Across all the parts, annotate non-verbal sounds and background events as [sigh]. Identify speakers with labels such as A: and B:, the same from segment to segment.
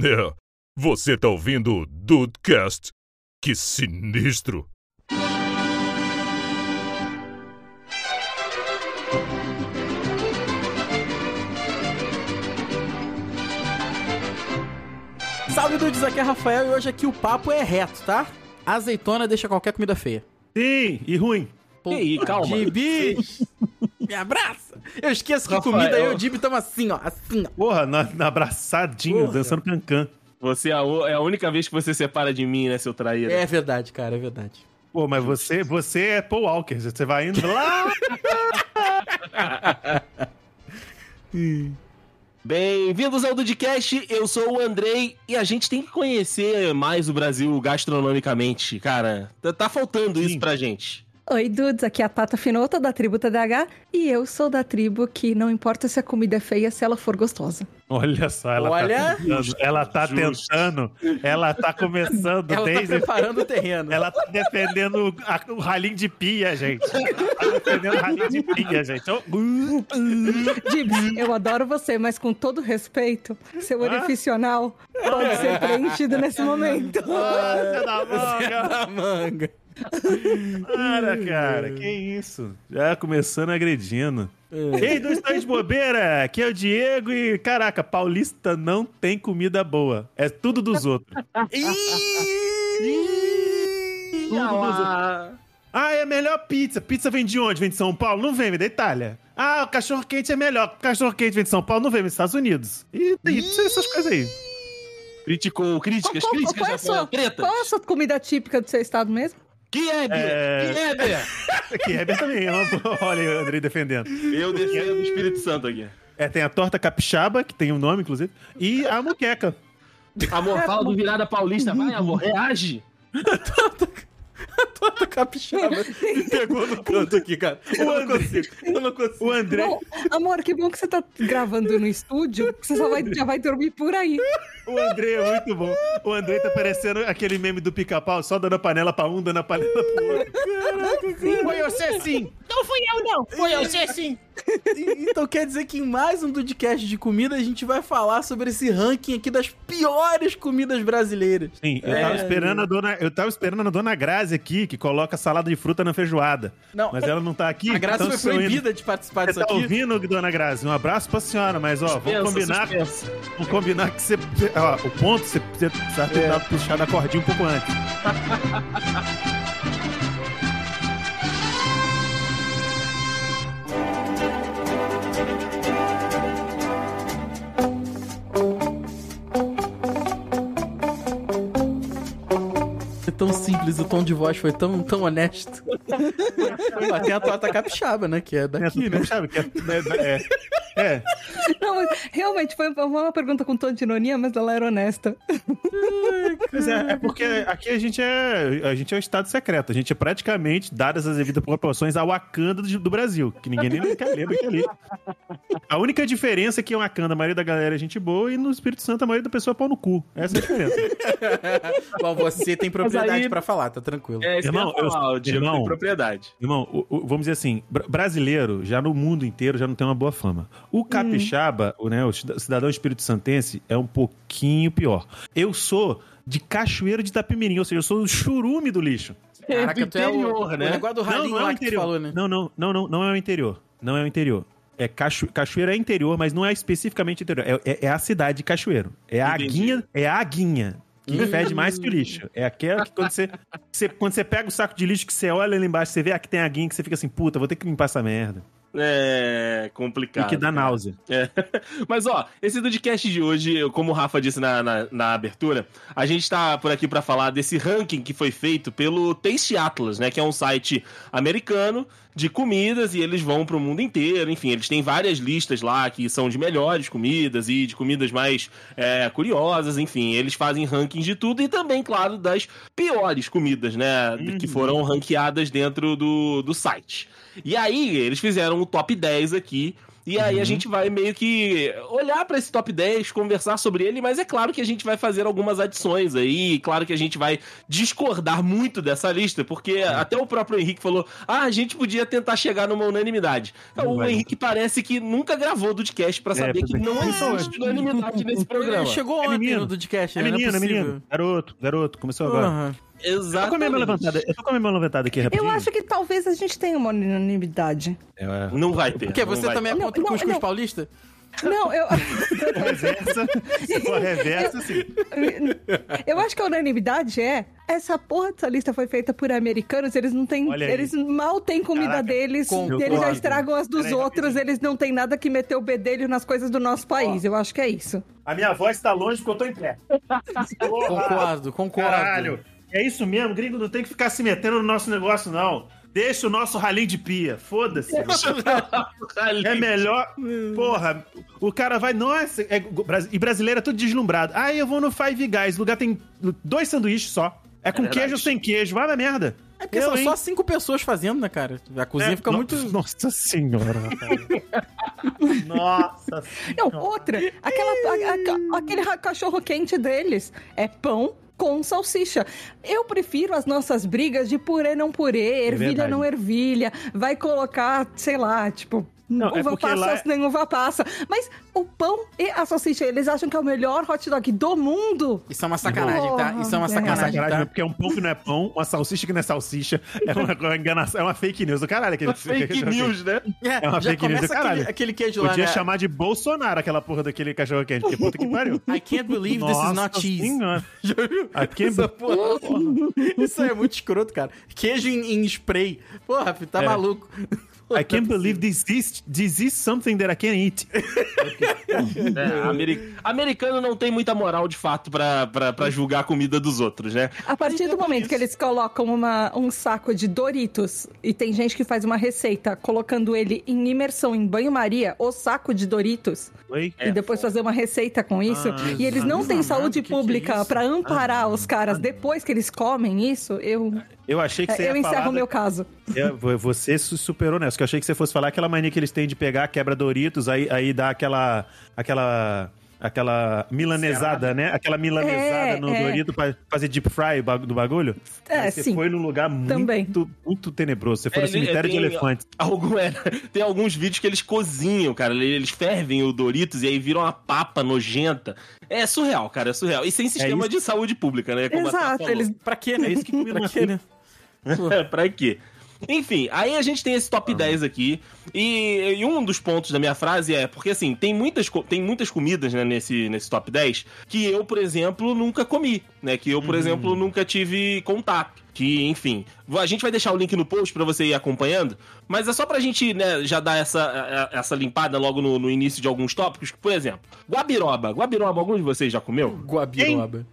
A: É, você tá ouvindo o Dudecast? Que sinistro!
B: Salve Dudes, aqui é Rafael e hoje aqui o papo é reto, tá? Azeitona deixa qualquer comida feia.
C: Sim, e ruim.
B: Pô,
D: Ih, calma.
B: Gibi! Me abraça! Eu esqueço que
D: Rafael.
B: comida eu e o Gibi estamos assim, ó. Assim, ó.
C: Porra, na, na abraçadinho,
B: Porra.
C: dançando cancan.
D: Você é a, o- é a única vez que você separa de mim, né, seu traíra?
B: É verdade, cara, é verdade.
C: Pô, mas você, você é Paul Walker, você vai indo lá.
D: Bem-vindos ao Dudcast, eu sou o Andrei e a gente tem que conhecer mais o Brasil gastronomicamente, cara. Tá, tá faltando isso
C: Sim.
D: pra gente.
E: Oi, dudes, aqui é a Tata Finota da tribo TDH e eu sou da tribo que não importa se a comida é feia, se ela for gostosa.
C: [laughs] Olha só, ela
B: Olha.
C: tá tentando. Ela tá
D: Justo.
C: tentando. Ela tá começando
B: Ela tá
C: desde.
B: preparando o terreno. [laughs]
C: Ela tá defendendo o- a- o ralinho de pia, gente. Tá defendendo o ralinho de pia,
B: [laughs]
C: gente. Ô,
E: Dibs, eu adoro você, mas com todo respeito, seu orifício anal pode ser preenchido nesse momento.
C: você dá manga.
B: A Ah, manga.
C: Para, cara, que isso. Já começando agredindo. Ei, dois dois bobeira, aqui é o Diego e, caraca, paulista não tem comida boa. É tudo dos [laughs] outros. Tudo dos outros. Ah, é a melhor pizza. Pizza vem de onde? Vem de São Paulo? Não vem, vem da Itália. Ah, o cachorro-quente é melhor. Cachorro-quente vem de São Paulo? Não vem, vem dos Estados Unidos. E, e essas coisas aí.
D: Criticou, críticas,
E: Qual- qual-
D: críticas,
E: qual é a
D: Rafael,
E: sua-
D: treta.
E: Qual é a sua comida típica do seu estado mesmo?
D: Que é, Bia?
C: É.
D: Que é, Bia?
C: Aqui, é bem também. [laughs] Olha aí o Andrei defendendo.
D: [laughs] Eu defendo o Espírito Santo aqui.
C: É, tem a torta capixaba, que tem um nome, inclusive, e a muqueca.
D: Amor, fala do virada paulista, vai,
C: Uhum.
D: amor, reage.
B: Tota capixaba. Me [laughs] pegou no canto aqui,
C: [laughs]
B: cara. Eu não consigo. Eu não consigo.
C: O Andrei.
E: Bom, amor, que bom que você tá gravando no estúdio, que você só vai, já vai dormir por aí.
C: O André é muito bom. O André tá parecendo aquele meme do pica-pau, só dando a panela pra um, dando a panela pro outro.
B: Foi você sim!
F: Não fui eu, não. Foi você, sim.
B: Então quer dizer que em mais um podcast de comida a gente vai falar sobre esse ranking aqui das piores comidas brasileiras.
C: [laughs] Sim, eu tava, esperando a dona, eu tava esperando a dona Grazi aqui, que coloca salada de fruta na feijoada.
B: Não,
C: Mas ela não tá aqui.
B: a Graça
C: então
B: foi
C: se eu ainda-
B: proibida de participar disso
C: Você tá
B: aqui.
C: ouvindo, dona Grazi? Um abraço pra senhora, mas ó,
D: Pensa,
C: vamos combinar,
D: suspensa.
C: vamos combinar que você. Ó, o ponto você precisa precisa
B: É.
C: tentar puxar da cordinha um pouco antes.
B: É tão simples, o tom de voz foi tão, tão
C: [laughs]
B: honesto. Ó, Tem a torta capixaba, né? Que é
C: [laughs]
B: daqui, né?
C: Não sabe que é. é, é, é.
E: Não, mas realmente, foi uma pergunta com tom de ironia, mas ela era honesta.
C: Pois é, é porque aqui a gente é a gente é um estado secreto. A gente é praticamente, dadas as devidas proporções, a Wakanda do, do Brasil, que ninguém nem nunca lembra que é ali. A única diferença é que em Wakanda a maioria da galera é gente boa e no Espírito Santo a maioria da pessoa é pau no cu. Essa é a diferença.
B: Bom, você tem
D: Mas
B: propriedade
D: aí-
B: pra falar, tá tranquilo.
D: É, isso
C: Irmão,
D: que eu ia falar,
C: eu-
D: o Diego tem
C: irmão.
D: propriedade.
C: [laughs] Irmão, o- o- vamos dizer assim, bra- brasileiro já no mundo inteiro já não tem uma boa fama. O capixaba, o, né, o cida- cidadão espírito santense, é um pouquinho pior. Eu sou de Cachoeiro de Itapimirim, ou seja, eu sou o churume do né? lixo.
B: Caraca, tu é o,
D: né?
B: o negócio do ralinho lá que tu falou, né?
C: é Não, não, não, não, não é o interior. Não é o interior. É cacho... Cachoeiro é interior, mas não é especificamente interior. É, é- é a cidade de Cachoeiro. É a
D: Entendi.
C: aguinha, é a aguinha.
B: Hum.
C: Que fede mais que o lixo. É aquela que quando você, você- quando você pega o saco de lixo que você olha lá embaixo, você vê ah, que tem aguinha que você fica assim, puta, vou ter que limpar essa merda.
D: É
C: E
D: complicado.
C: que dá náusea.
D: É. Mas ó, esse podcast de hoje, como o Rafa disse na, na, na abertura, a gente tá por aqui pra falar desse ranking que foi feito pelo Taste Atlas, né? Que é um site americano de comidas e eles vão pro mundo inteiro. Enfim, eles têm várias listas lá que são de melhores comidas e de comidas mais é, curiosas. Enfim, eles fazem rankings de tudo e também, claro, das piores comidas, né? Que foram ranqueadas dentro do, do site. E aí, eles fizeram o top 10 aqui E aí a
C: Uhum.
D: gente vai meio que olhar pra esse top 10, conversar sobre ele, mas é claro que a gente vai fazer algumas adições aí, claro que a gente vai discordar muito dessa lista, porque até o próprio Henrique falou: "Ah, a gente podia tentar chegar numa unanimidade". Então,
C: Não
D: o
C: vai.
D: Henrique parece que nunca gravou do podcast pra saber
C: pois
D: que
C: é.
D: não
C: Isso
D: existe
C: [laughs]
D: unanimidade nesse programa.
B: [laughs] Ele chegou
C: É
B: ontem
C: menino.
B: no podcast,
C: É
B: né?
C: menino,
B: não
C: é
B: é possível.
C: menino. Garoto, garoto, começou agora.
B: Porra.
C: Eu tô com a minha mão levantada,
D: Exatamente.
C: eu tô com a minha mão levantada aqui
E: Eu
C: rapidinho.
E: acho que talvez a gente tenha uma unanimidade.
C: É,
D: Não vai ter.
B: Porque
D: não
B: você
D: vai [laughs]
B: também é
E: Não,
B: contra o
E: não,
B: Cuscuz
E: não.
B: Paulista?
E: Não, eu.
C: Reversa, [laughs] se for reversa, sim.
E: Eu acho que a unanimidade é. Essa porra dessa lista foi feita por americanos, eles não têm.
C: Olha aí.
E: Eles mal têm comida
C: Caraca,
E: deles,
B: concordo.
E: eles já estragam as dos
C: Peraí,
E: outros,
C: rapidinho.
E: eles não têm nada que meter o bedelho nas coisas do nosso país. Eu acho que é isso.
C: A minha voz tá longe porque eu tô em pé. Porra,
B: Concordo, concordo.
C: Caralho. É isso mesmo, gringo não tem que ficar se metendo no nosso negócio, não. Deixa o nosso ralinho de pia. Foda-se.
D: né?
C: [laughs] É melhor. Porra, o cara vai. Nossa, é- e brasileiro é tudo deslumbrado. Ah, eu vou no Five Guys. O lugar tem dois sanduíches só. É com
D: verdade.
C: queijo ou sem queijo. Vai na merda.
B: É porque
C: Eu,
B: são
C: hein?
B: só cinco pessoas fazendo, né, cara? A cozinha
C: É,
B: fica
C: no- [laughs]
B: muito.
C: Nossa senhora. Rafael.
B: [laughs]
C: Nossa senhora.
E: Não, outra. Aquela, a- a- aquele ra- cachorro quente deles é pão com salsicha. Eu prefiro as nossas brigas de purê não purê, ervilha
C: É verdade.
E: não ervilha, vai colocar, sei lá, tipo.
C: Não, é
E: uva
C: porque
E: passa,
C: lá é-
E: nem uva passa. Mas o pão e a salsicha, eles acham que é o melhor hot dog do mundo.
B: Isso é uma sacanagem, tá? Isso é uma
E: Porra,
C: Uma
B: sacanagem,
C: sacanagem,
B: tá?
C: porque é um pão que não é pão, uma salsicha que não é salsicha, é uma, uma enganação, é uma fake news do caralho. Aquele, [laughs]
D: Fake news, né?
B: É,
C: É uma
B: já
C: fake news
B: começa
C: do
B: aquele,
C: caralho. é
B: aquele queijo lá,
C: Podia
B: né?
C: chamar de Bolsonaro aquela porra daquele cachorro quente, porque puta que pariu.
B: [laughs] I can't believe this is not cheese.
C: Senhora.
B: [laughs] Já viu?
C: Aqui- [laughs]
B: Essa porra- Isso aí é muito escroto, cara. Queijo em, em spray. Porra, filho, tá
C: É.
B: maluco.
C: I can't believe this is, this is something that I can eat.
D: É, ameri- Americano não tem muita moral, de fato, pra, pra, pra julgar a comida dos outros, né?
E: A partir
C: então
E: do momento que eles colocam uma- um saco de Doritos e tem gente que faz uma receita colocando ele em imersão em banho-maria, o saco de Doritos,
C: Oi?
E: e depois fazer uma receita com isso.
B: Ah,
E: e eles não
B: Jesus
E: têm
B: amado,
E: saúde
B: que que é
E: pública
B: isso?
E: pra amparar os caras depois que eles comem isso. Eu, é,
C: Eu achei que
B: É,
C: você
E: eu
C: ia
E: encerro
C: falar...
E: o meu caso.
C: Eu- É, Você se superou nessa, que eu achei que você fosse falar aquela mania que eles têm de pegar quebra Doritos, aí, aí dá aquela... aquela... Aquela milanesada, né? Aquela milanesada
E: É,
C: no
E: é.
C: Dorito pra fazer deep fry ba- do bagulho.
E: É,
C: Aí você
E: sim.
C: foi num lugar muito,
E: Também.
C: muito tenebroso. Você foi no
D: É, ele-
C: cemitério de
D: tem-
C: elefantes.
D: Algum- é, [laughs] tem alguns vídeos que eles cozinham, cara. Eles fervem o Doritos e aí viram uma papa nojenta. É surreal, cara, é surreal. E sem sistema
C: isso.
D: de saúde pública, né? como a Tata
E: Exato.
D: falou.
E: Eles...
B: Pra quê, né?
C: É isso que combina
B: pra
C: com
B: quê, né?
D: [laughs] É, pra quê? Enfim, aí a gente tem esse top 10 aqui. E, e um dos pontos da minha frase é, porque assim, tem muitas, co- tem muitas comidas né, nesse, nesse top 10 que eu, por exemplo, nunca comi, né? Que eu,
C: Hum.
D: por exemplo, nunca tive contato. Que, enfim. A gente vai deixar o link no post pra você ir acompanhando. Mas é só pra gente, né, já dar essa, essa limpada logo no, no início de alguns tópicos. Por exemplo, guabiroba. Guabiroba, algum de vocês já comeu?
B: Guabiroba.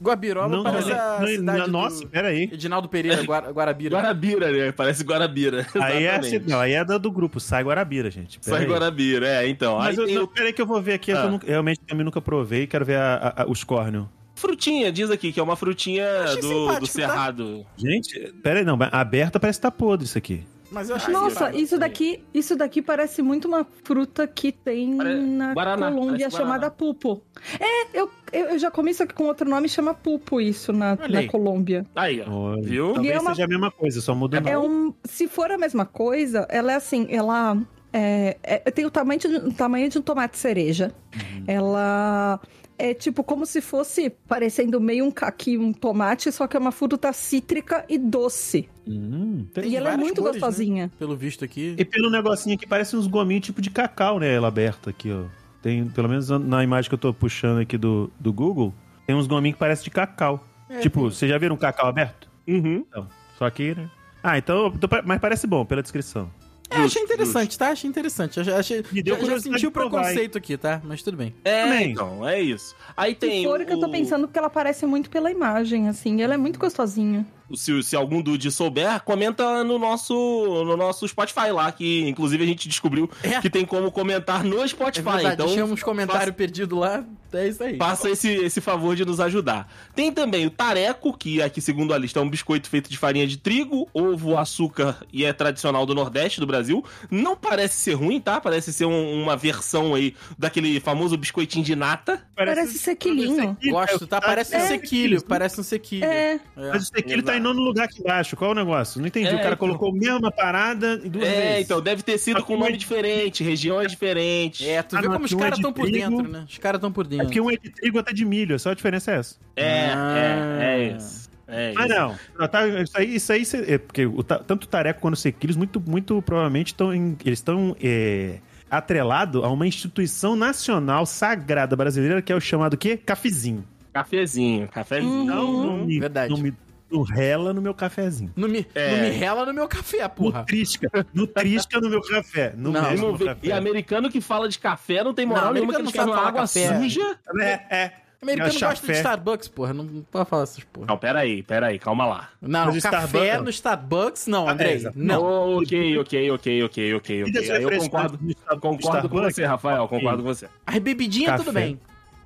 B: Guabiroba
C: Não,
B: parece a
C: não,
B: cidade
C: não,
B: do-
C: nossa, peraí.
B: Edinaldo Pereira, Gua- Guarabira.
D: Guarabira, né? Parece Guarabira.
C: Aí é,
D: [laughs] Exatamente.
C: assim- não, aí é da- do grupo, sai Guarabira, gente.
D: Sai
C: Peraí.
D: Guarabira, é, então.
C: Mas
D: aí
C: eu,
D: tem
C: não,
D: o
C: peraí que eu vou ver aqui,
D: Ah.
C: eu nunca- realmente também nunca provei, quero ver a- a- a- os córneos.
D: Frutinha, diz aqui, que é uma frutinha
B: Achei
D: do,
B: simpático,
D: do
B: tá?
D: Cerrado.
C: Gente, peraí, não, mas aberta parece que tá podre isso aqui.
B: Mas eu achei
E: Nossa,
B: simpático.
E: isso daqui, isso daqui parece muito uma fruta que tem
D: Pare-
E: na
D: guaraná,
E: Colômbia
D: parece
E: chamada
D: guaraná.
E: pupo. É, eu, eu, eu já comi isso aqui com outro nome, chama pupo isso na,
B: Olha
E: na
B: aí.
E: Colômbia.
D: Aí, ó.
C: Olha.
D: Viu?
E: E
C: Talvez
E: é uma-
C: seja a mesma coisa, só muda o nome.
E: É um, se for a mesma coisa, ela é assim, ela é, é- tem o tamanho de, o tamanho de um tomate cereja.
D: Uhum.
E: Ela é tipo como se fosse parecendo meio um caqui, um tomate, só que é uma fruta cítrica e doce.
C: Hum, tem-
E: e ela é
B: várias
E: muito
D: né?
B: cores,
E: gostosinha.
B: Pelo visto aqui.
C: E pelo negocinho aqui parece uns gominhos tipo de cacau, né? Ela aberta aqui, ó. Tem, pelo menos na imagem que eu tô puxando aqui do, do Google, tem uns gominhos que parecem de cacau.
E: É,
C: tipo, vocês já viram um cacau aberto?
D: Uhum.
C: Não. Só que, né? Ah, então. eu tô- Mas parece bom pela descrição.
B: É, achei interessante, tá? Achei interessante. Achei, achei-
C: Me deu
B: já- já,
C: curiosidade
B: senti o
C: de provar,
B: preconceito aqui, tá? Mas tudo bem.
D: É,
C: Também.
D: então, é isso. Aí tem.
E: Se for o que eu tô
D: o-
E: pensando, porque ela parece muito pela imagem, assim. Ela é muito gostosinha.
D: se, se algum dude souber, comenta no nosso, no nosso Spotify lá, que inclusive a gente descobriu
B: É.
D: que tem como comentar no
B: É
D: Spotify.
B: verdade,
D: então,
B: tinha uns comentários perdidos lá, é isso aí.
D: Faça esse, esse favor de nos ajudar. Tem também o tareco, que aqui, segundo a lista, é um biscoito feito de farinha de trigo, ovo, açúcar e é tradicional do Nordeste do Brasil. Não parece ser ruim, tá? Parece ser um- uma versão aí daquele famoso biscoitinho de nata.
E: Parece sequilinho.
B: Gosto, tá? Parece um
C: É.
B: sequilho, parece um sequilho.
E: É,
C: Mas o sequilho tá em nono lugar aqui embaixo. Qual é o negócio? Não entendi.
D: É,
C: o cara
D: então.
C: colocou a mesma parada e duas
D: é,
C: vezes.
D: então, deve ter sido com nome diferente, regiões diferentes.
B: É, tu
C: Ah,
B: vê
C: não,
B: como os
C: aqui um é
B: caras
C: de
B: estão por
C: trigo.
B: dentro, né? Os caras estão por
C: É porque
B: dentro.
C: um é de trigo, outro é de milho. Só a diferença é essa.
D: É,
B: Ah.
D: é, é isso. É
C: Mas
D: isso.
C: não, não, tá, isso aí, isso aí cê- é porque o ta- tanto o Tareco quanto o Sequilhos muito, muito provavelmente estão eles estão é, atrelado a uma instituição nacional sagrada brasileira que é o chamado quê? Cafezinho.
D: Cafezinho, cafezinho.
C: Então, não me,
B: verdade.
C: não me não rela no meu cafezinho.
B: Não me,
D: É.
B: não me rela no meu café, porra.
C: Nutrisca, nutrisca no meu café. Não,
B: Não,
C: mexe
D: E
C: no
D: não
C: meu
D: vem-
C: café.
D: e americano que fala de café não tem moral
B: Não,
D: nenhuma, que
B: americano não
D: eles
B: sabe falar
D: querem água
B: café.
D: suja.
C: É, é.
B: Americano
C: É
B: gosta de
C: chafé.
B: Starbucks, porra. Não, não pode falar essas porra.
D: Não, peraí, peraí, calma lá.
B: Não,
C: Mas o
B: café
C: Starbucks-
B: no Starbucks, não,
C: Ah, é,
B: Andrei.
C: exato.
B: não.
D: Oh, ok, ok, ok, ok, ok,
C: E das
D: ok. Aí eu
C: refrescantes
D: concordo,
C: do Star- do
D: concordo com
C: Starbucks?
D: você, Rafael, concordo
C: Ok.
D: com você.
B: As bebidinhas,
C: Café.
B: tudo bem.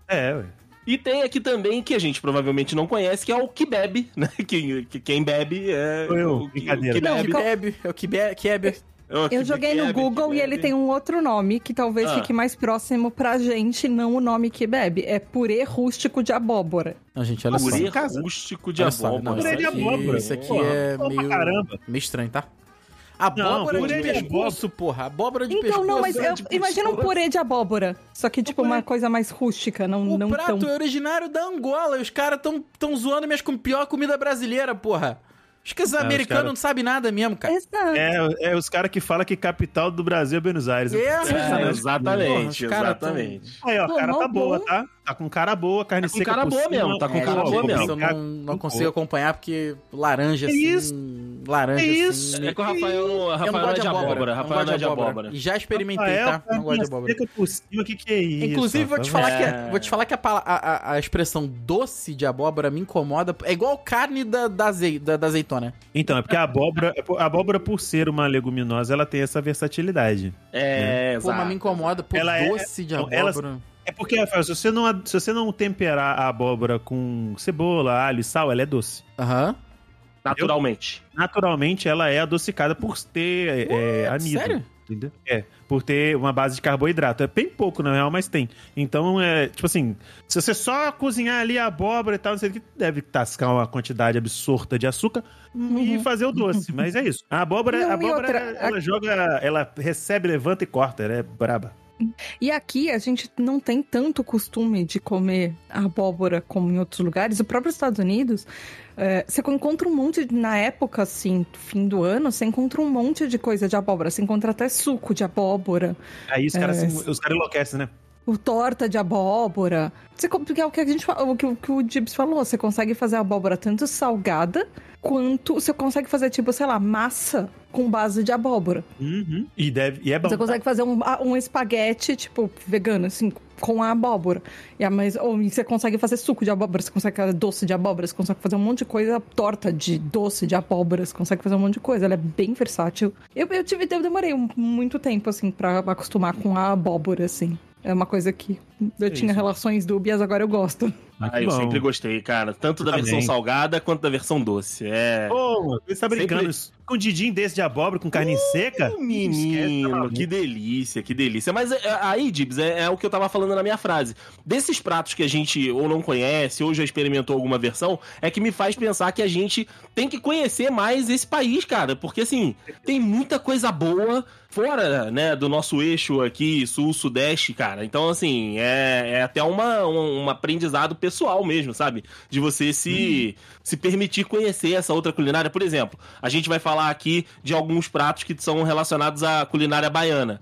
C: É, ué.
D: E tem aqui também, que a gente provavelmente não conhece, que é o que bebe, [laughs] né? Que, que- quem bebe é...
C: Sou eu,
D: o, que- o
C: brincadeira.
D: que
B: É o
D: bebe.
B: que bebe, é o que bebe. que bebe.
D: é o que
E: Eu joguei no
D: bebe,
E: Google
D: que
E: e ele
D: bebe.
E: tem um outro nome que talvez
D: Ah.
E: fique mais próximo pra gente, não o nome que bebe. É purê rústico de abóbora.
B: Não, gente, olha só.
D: Purê
C: Casa.
D: rústico de
B: Olha só,
D: abóbora.
B: não,
C: Purê de
B: isso aqui-
C: abóbora.
B: Isso aqui
C: Porra,
B: é
C: bom pra
B: meio,
C: caramba.
B: meio estranho, tá? Abóbora
C: purê
B: de
C: de
B: pescoço, porra. Abóbora de pescoço.
E: Então, não,
C: é
E: mas eu,
D: de pescoço.
E: imagina um purê de abóbora. Só que, tipo, uma coisa mais rústica, não,
B: O
E: não
B: prato
E: tão.
B: é originário da Angola. E os caras tão, tão zoando minhas com pior comida brasileira, porra. Acho que esses
C: É, os
B: americanos
C: cara-
B: não sabem nada mesmo, cara.
E: Exato.
C: É, é os caras que falam que capital do Brasil é Buenos Aires.
D: É,
B: exatamente. Porra, os
D: exatamente,
B: cara
D: exatamente.
C: Aí, ó,
E: Pô,
C: o cara tá
E: mal
C: boa,
E: bom.
C: tá? Tá com cara boa, carne
D: Tá com
C: seca
D: cara
C: por
D: boa
C: cima.
D: mesmo, tá com
B: É,
D: cara
B: cara,
D: boa
B: eu
D: mesmo.
B: não, não consigo acompanhar porque laranja
C: Que
B: assim.
C: isso?
B: Laranja
C: Que
B: assim.
C: isso?
D: É que o Rafael, o Rafael
B: Eu não
D: não é
B: gosto
D: de abóbora.
B: Não
D: Rafael
B: gosto
D: não é de abóbora.
B: E já experimentei,
C: Rafael, é
B: tá? Não gosto de
C: carne
B: abóbora.
C: seca por cima, que que é isso?
B: Inclusive, vou te
C: rapaz?
B: falar
D: É.
B: que, a, vou te falar que a, pala- a- a- a expressão doce de abóbora me incomoda. É igual carne da, da, azei- da- da azeitona.
C: Então, é porque a abóbora, a abóbora, por ser uma leguminosa, ela tem essa versatilidade.
D: É,
B: Pô, mas me
D: exato.
B: incomoda. Pô,
C: Ela é-
B: doce de
C: Então,
B: abóbora.
C: ela- É porque, Rafael, se você não, ad- se você não temperar a abóbora com cebola, alho e sal, ela é doce.
B: Aham.
D: Naturalmente.
C: Naturalmente, ela é adocicada por ter é, amido.
B: sério?
C: Entendeu? É, por ter uma base de carboidrato. É bem pouco, na real, mas tem. Então, é, tipo assim, se você só cozinhar ali a abóbora e tal, não sei o que, deve tascar uma quantidade absorta de açúcar e fazer o doce.
E: [laughs]
C: Mas é isso. A abóbora,
E: Uhum. Não,
C: a
E: e
C: abóbora
E: outra,
C: ela joga, ela recebe, levanta e corta. Ela é braba.
E: E aqui a gente não tem tanto costume de comer abóbora como em outros lugares. O próprio Estados Unidos, é, você encontra um monte, de- na época assim, fim do ano, você encontra um monte de coisa de abóbora. Você encontra até suco de abóbora,
C: Aí os caras
E: É.
C: se- os caras enlouquecem, né?
E: o torta de abóbora. Você, co- porque é o que a gente fa- o que, o que o Gibbs falou, você consegue fazer abóbora tanto salgada quanto você consegue fazer tipo, sei lá, massa com base de abóbora.
C: Uhum. E, deve, e é bom.
E: Você consegue fazer um, a- um espaguete, tipo, vegano, assim, com a abóbora. E a, mas, ou e você consegue fazer suco de abóbora, você consegue fazer doce de abóbora, você consegue fazer um monte de coisa, torta de doce de abóbora, você consegue fazer um monte de coisa. Ela é bem versátil. Eu, eu tive, eu demorei um- muito tempo, assim, pra acostumar com a abóbora, assim. É uma coisa que eu
C: É
E: tinha
C: isso.
E: relações dúbias, agora eu gosto.
C: Muito
D: Ah, eu
C: bom.
D: sempre gostei, cara. Tanto da
C: Também.
D: versão salgada quanto da versão doce. É.
C: Pô, você tá brincando. Com um didinho desse de abóbora com carne seca? Esquece, tá
D: Um Menino,
C: maluco.
D: que delícia, que delícia. Mas é, é, aí, Dibs, é, é o que eu tava falando na minha frase. Desses pratos que a gente ou não conhece, ou já experimentou alguma versão, é que me faz pensar que a gente tem que conhecer mais esse país, cara. Porque, assim, tem muita coisa boa fora, né, do nosso eixo aqui, sul, sudeste, cara. Então, assim, é, é até uma, um, um aprendizado pessoal mesmo, sabe? De você se,
C: Uhum.
D: se permitir conhecer essa outra culinária. Por exemplo, a gente vai falar aqui de alguns pratos que são relacionados à culinária baiana.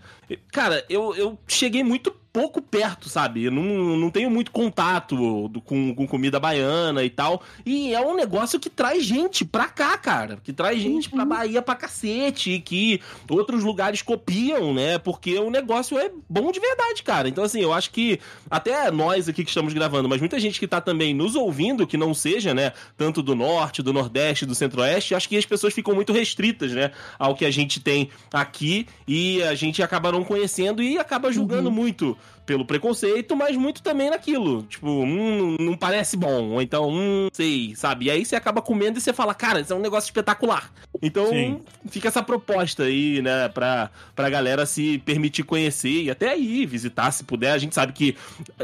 D: Cara, eu, eu cheguei muito pouco perto, sabe? Eu não, não tenho muito contato do- com, com comida baiana e tal. E é um negócio que traz gente pra cá, cara. Que traz gente pra Bahia pra cacete. E que outros lugares copiam, né? Porque o negócio é bom de verdade, cara. Então, assim, eu acho que até nós aqui que estamos gravando, mas muita gente que tá também nos ouvindo, que não seja, né? Tanto do norte, do nordeste, do centro-oeste, acho que as pessoas ficam muito restritas, né? Ao que a gente tem aqui e a gente acaba não conhecendo e acaba julgando muito pelo preconceito, mas muito também naquilo. Tipo, hum, não parece bom, ou então, hum, sei, sabe? E aí você acaba comendo e você fala, cara, isso é um negócio espetacular. Então,
C: Sim.
D: fica essa proposta aí, né, pra, pra galera se permitir conhecer e até ir visitar se puder. A gente sabe que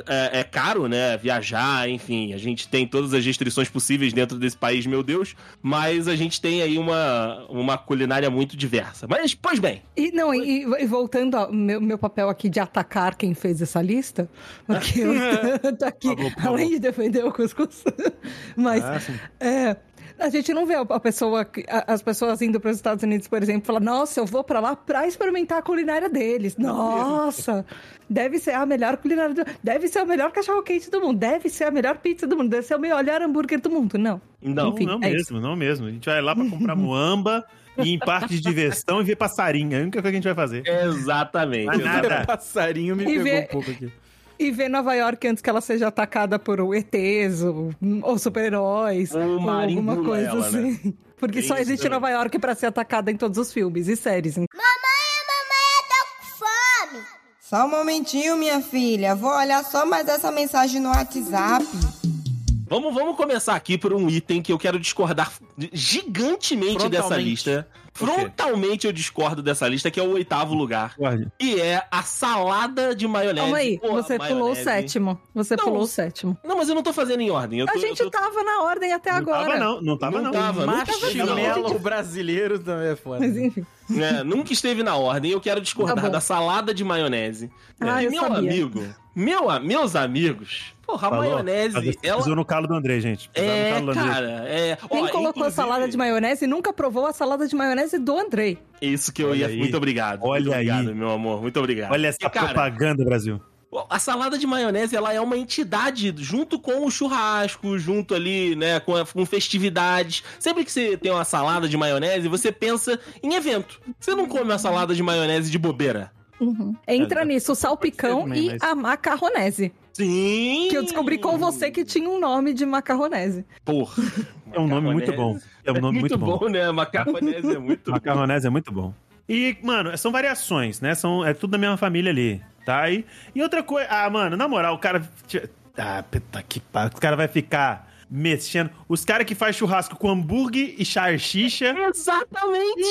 D: é, é caro, né, viajar, enfim, a gente tem todas as restrições possíveis dentro desse país, meu Deus, mas a gente tem aí uma, uma culinária muito diversa. Mas, pois bem,
E: E não, e, e- e voltando ao meu, meu papel aqui de atacar quem fez essa lista, porque eu tô aqui,
C: Por favor, por
E: além de defender o cuscuz, [laughs] mas
C: Ah, sim.
E: é, a gente não vê a a pessoa, que- a- as pessoas indo para os Estados Unidos, por exemplo, falar, nossa, eu vou para lá para experimentar a culinária deles. Nossa, deve ser a melhor culinária, do... deve ser o melhor cachorro quente do mundo, deve ser a melhor pizza do mundo, deve ser o melhor hambúrguer do mundo. Não.
D: não.
C: Não,
E: Enfim,
C: não
E: é
C: mesmo, não mesmo. A gente vai lá pra
E: [laughs]
C: comprar muamba e ir em parque de diversão e ver passarinho. É a única coisa que a gente vai fazer.
D: Exatamente.
C: Mas nada.
B: passarinho me
E: E
B: pegou
E: vê-
B: um pouco aqui.
E: E ver Nova York antes que ela seja atacada por ETs ou, ou super-heróis.
D: Ou
E: Ou
D: marimbula
E: alguma coisa
D: ela, né?
E: assim. [laughs] Porque
D: Tem
E: só
D: isso
E: existe
D: também.
E: Nova York pra ser atacada em todos os filmes e séries. Então,
G: Só um momentinho, minha filha. Vou olhar só mais essa mensagem no WhatsApp.
D: Vamos, vamos começar aqui por um item que eu quero discordar gigantemente dessa
B: Frontalmente.
D: lista. Frontalmente eu discordo dessa lista, que é o oitavo lugar.
C: Guarda.
D: Que é a salada de maionese.
E: Calma aí,
D: Porra,
E: você pulou o
D: maionese.
E: sétimo. Você
D: Não.
E: pulou o sétimo.
D: Não, mas eu não tô fazendo em ordem. Eu tô,
E: A gente
D: eu tô...
E: tava na ordem até
C: Não
E: É agora.
C: tava não, não tava
D: Não
C: não.
D: tava.
B: Marshmallow brasileiro também é foda.
E: Mas enfim. [laughs]
D: né, nunca esteve na ordem. Eu quero discordar
E: Tá bom.
D: da salada de maionese.
E: Ah,
D: e
E: eu
D: meu
E: sabia.
D: amigo, meu, a- meus amigos, porra, a
C: Falou.
D: maionese, ela...
C: Pisou no calo do André, gente. Pisou no
D: É,
C: calo do André.
D: cara, é...
E: Quem
D: Ó,
E: colocou a
D: inclusive,
E: salada de maionese nunca provou a salada de maionese do Andrei.
D: é Isso que eu
C: Olha
D: ia...
C: aí.
D: Muito obrigado.
C: Olha
D: muito obrigado,
C: aí.
D: meu amor. Muito obrigado.
C: Olha essa
D: E, cara,
C: propaganda, Brasil.
D: A salada de maionese, ela é uma entidade junto com o churrasco, junto ali, né, com, a- com festividades. Sempre que você tem uma salada de maionese, você pensa em evento. Você não come uma salada de maionese de bobeira. É,
E: Entra
D: tá.
E: nisso o salpicão
B: Uhum. também,
E: e
B: mas-
E: a macarronese.
D: Sim!
E: Que eu descobri com você que tinha um nome de macarronese.
D: Porra.
C: É um nome muito bom. É um nome muito bom.
D: né? Macarronese é muito
C: [laughs]
D: bom.
C: Macarronese é muito bom. E, mano, são variações, né? São, é tudo da mesma família ali, tá? E, e outra coisa... Ah, mano, na moral, o cara... Ah, puta que pariu. Os cara vai ficar mexendo... Os caras que faz churrasco com hambúrguer e charchicha...
D: Exatamente!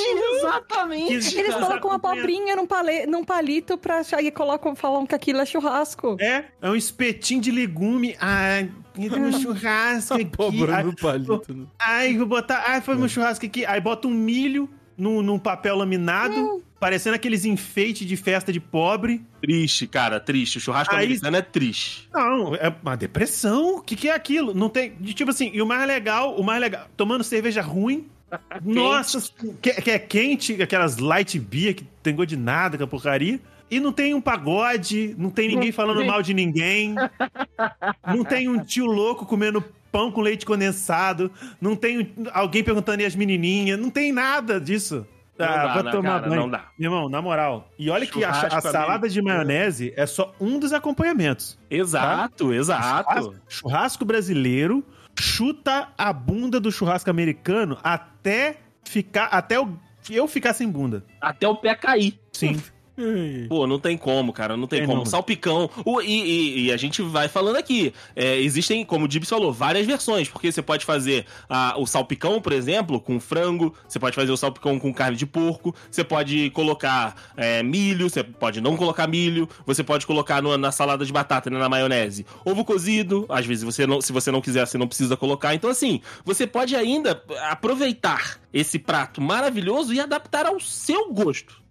D: Exatamente!
C: Que-
E: É, Eles
C: Cara,
E: colocam uma
C: [laughs] acompanha-
E: abobrinha num, pale- num palito pra achar e colocam, falam que aquilo é churrasco.
C: É, é um espetinho de legume. Ai, entra meu churrasco aqui.
B: Pobre
C: Ai,
B: no palito.
E: [laughs]
B: né?
C: ai, vou botar. Ai, foi meu churrasco aqui. Aí bota um milho num, num papel laminado, parecendo aqueles enfeites de festa de pobre.
D: Triste, cara, triste. O churrasco
C: Aí-
D: americano é triste.
C: Não, é uma depressão. O que, que é aquilo? Não tem. de- Tipo assim, e o mais legal, o mais legal, tomando cerveja ruim.
D: Tá
C: Nossa, que, que é quente, aquelas light beer que tem gosto de nada, que é porcaria. E não tem um pagode, não tem ninguém falando mal de ninguém. Não tem um tio louco comendo pão com leite condensado. Não tem um- alguém perguntando e as menininhas. Não tem nada disso.
D: Não
C: Ah,
D: dá,
C: vai
D: né,
C: tomar
D: cara?
C: banho.
D: Não dá.
C: Meu irmão, na moral. E olha que a, a
D: Churrasco né?
C: salada de
D: americano.
C: maionese é só um dos acompanhamentos.
D: Exato, exato.
C: Churrasco, churrasco brasileiro chuta a bunda do churrasco americano até ficar até eu, eu ficar sem bunda.
D: Até o pé cair.
C: [laughs] Sim.
D: Pô, não tem como, cara, não né? tem
C: Tem
D: como.
C: não.
D: Salpicão. O- e, e- e a gente vai falando aqui. É, existem, como o Dibs falou, várias versões, porque você pode fazer ah, o salpicão, por exemplo, com frango, você pode fazer o salpicão com carne de porco, você pode colocar é, milho, você pode não colocar milho, você pode colocar no- na salada de batata, né, na maionese. Ovo cozido, às vezes, você não, se você não quiser, você não precisa colocar. Então, assim, você pode ainda aproveitar esse prato maravilhoso e adaptar ao seu gosto.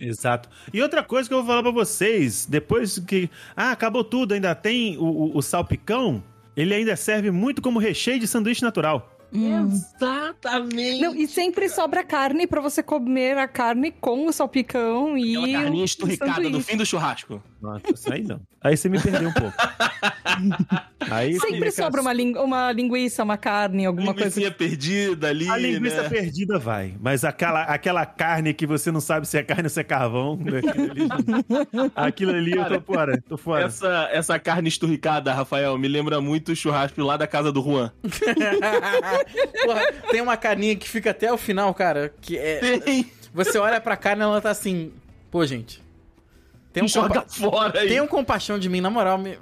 C: Exato. E outra coisa que eu vou falar pra vocês, depois que ah, acabou tudo, ainda tem o, o- o salpicão, ele ainda serve muito como recheio de sanduíche natural.
D: Hum. Exatamente.
E: Não, e sempre sobra carne pra você comer a carne com o salpicão e.
D: Aquela carninha
E: o
D: esturricada no
E: sanduíche.
D: fim do churrasco.
C: Nossa, aí não. Aí você me perdeu um [laughs] pouco.
D: é
C: Aí
E: Sempre
C: fica-
E: sobra uma, lin- uma linguiça, uma carne, alguma coisa.
D: Linguicinha perdida ali,
C: A linguiça
D: né?
C: perdida vai, mas aquela, aquela carne que você não sabe se é carne ou se é carvão, né? aquilo ali, aquilo ali eu tô fora, tô fora.
D: Essa, essa carne esturricada, Rafael, me lembra muito o churrasco lá da casa do Juan.
B: Porra, tem uma carinha que fica até o final, cara, que é...
D: Tem!
B: Você olha pra carne e ela tá assim... Pô, gente... Tem um,
D: [laughs] joga
B: compa...
D: fora aí.
B: tem um compaixão de mim, na moral, me...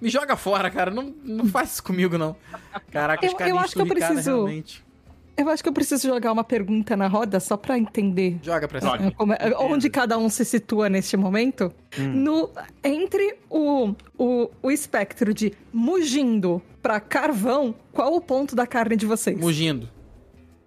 B: Me joga fora, cara. Não, não faz isso comigo, não. Caraca,
E: Eu-
B: os
E: eu
B: carinhas
E: acho que eu
B: esturricadas,
E: preciso-
B: realmente.
E: Eu acho que eu preciso jogar uma pergunta na roda só pra entender
B: Joga pra cima.
D: Joga.
E: é, como é- onde cada um se situa neste momento.
C: Hum.
E: No, entre o, o, o espectro de mugindo pra carvão, qual o ponto da carne de vocês?
B: Mugindo.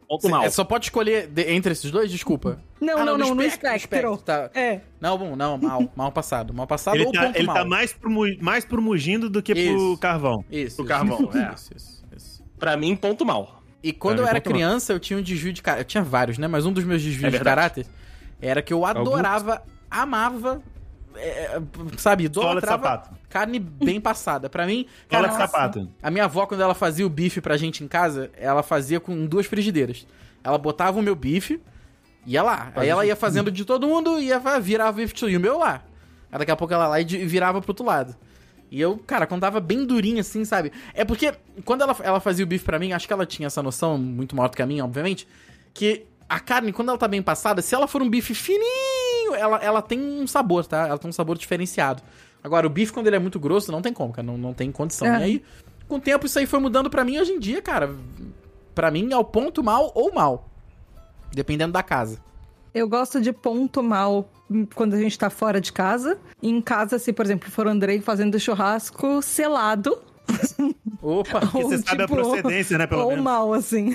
D: Ponto mal.
B: É, só pode escolher de- entre esses dois? Desculpa.
E: Não,
B: Ah,
E: não, não, no
B: no
E: espectro.
B: tá.
E: É.
B: Não, bom, não, mal. Mal passado. Mal passado
C: Ele
B: ou
C: tá,
B: ponto
C: ele
B: mal.
C: tá mais, pro, mu- mais pro mugindo do que
B: Isso.
C: pro carvão.
B: Isso. isso,
D: pro carvão,
B: isso,
D: é.
B: isso, isso, isso.
D: Pra mim, ponto mal.
B: E quando
C: Pra
B: eu
C: mim,
B: era
C: ponto mal.
B: criança, eu tinha um desvio de caráter. Eu tinha vários, né? Mas um dos meus desvios
D: É
B: de
D: verdade.
B: caráter era que eu adorava, amava, é, é, sabe,
C: Sola de
B: idolatrava
C: sapato.
B: carne
C: [laughs]
B: bem passada. Pra mim,
C: Sola de
B: nossa,
C: sapato.
B: A minha avó, quando ela fazia o bife pra gente em casa, ela fazia com duas frigideiras. Ela botava o meu bife, ia lá. Aí ela ia fazendo de todo mundo e ia fa- virava o bife e o meu lá. Aí daqui a pouco ela lá e de- virava pro outro lado. E eu, cara, quando tava bem durinho assim, sabe? É porque quando ela, ela fazia o bife pra mim, acho que ela tinha essa noção, muito maior do que a minha, obviamente, que a carne, quando ela tá bem passada, se ela for um bife fininho, ela, ela tem um sabor, tá? Ela tem um sabor diferenciado. Agora, o bife, quando ele é muito grosso, não tem como, cara. Não, não tem condição.
E: É.
B: E aí, com o tempo, isso aí foi mudando pra mim hoje em dia, cara. Pra mim, é o ponto mal ou mal. Dependendo da casa.
E: Eu gosto de ponto mal hum, quando a gente tá fora de casa. E em casa, se, por exemplo, for o Andrei fazendo churrasco selado.
B: Opa!
E: ou,
C: Porque você sabe a
E: tipo,
C: procedência, né? Pelo
E: ou
C: menos.
E: mal, assim.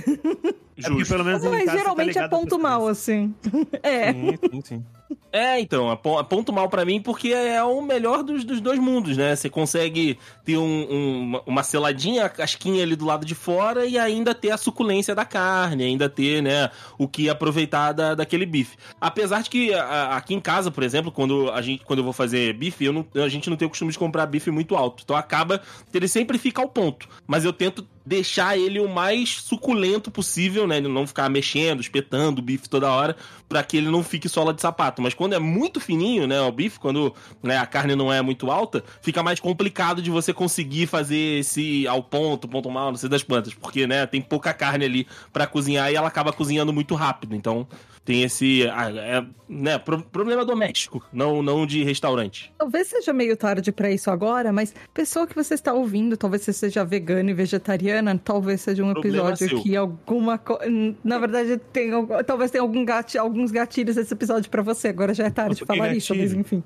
C: É porque pelo menos em casa você
E: Mas
C: tá
E: geralmente é
C: ligado à
E: ponto mal, assim. É.
C: procedência. Sim, sim, sim.
D: É, então, a pon- a ponto mal pra mim, porque é o melhor dos, dos dois mundos, né? Você consegue ter um- um- uma- uma seladinha, a casquinha ali do lado de fora e ainda ter a suculência da carne, ainda ter, né, o que aproveitar da, daquele bife. Apesar de que a- a- aqui em casa, por exemplo, quando, a gente, quando eu vou fazer bife, eu não- a gente não tem o costume de comprar bife muito alto. Então acaba que ele sempre fica ao ponto. Mas eu tento deixar ele o mais suculento possível, né? Ele não ficar mexendo, espetando o bife toda hora para que ele não fique sola de sapato. Mas quando é muito fininho, né, o bife, quando né, a carne não é muito alta, fica mais complicado de você conseguir fazer esse ao ponto, ponto mal, não sei das plantas, porque né, tem pouca carne ali para cozinhar e ela acaba cozinhando muito rápido. Então tem esse ah, é, né, pro- problema doméstico, não não de restaurante.
E: Talvez seja meio tarde pra isso agora, mas pessoa que você está ouvindo, talvez você seja vegana e vegetariana, talvez seja um
D: Problema
E: episódio
D: seu.
E: que alguma coisa, na verdade tem, al- talvez tenha algum gati- alguns gatilhos esse episódio pra você. Agora já é tarde
C: Mas
E: de
C: por que
E: falar isso,
C: gatilho?
E: mas enfim.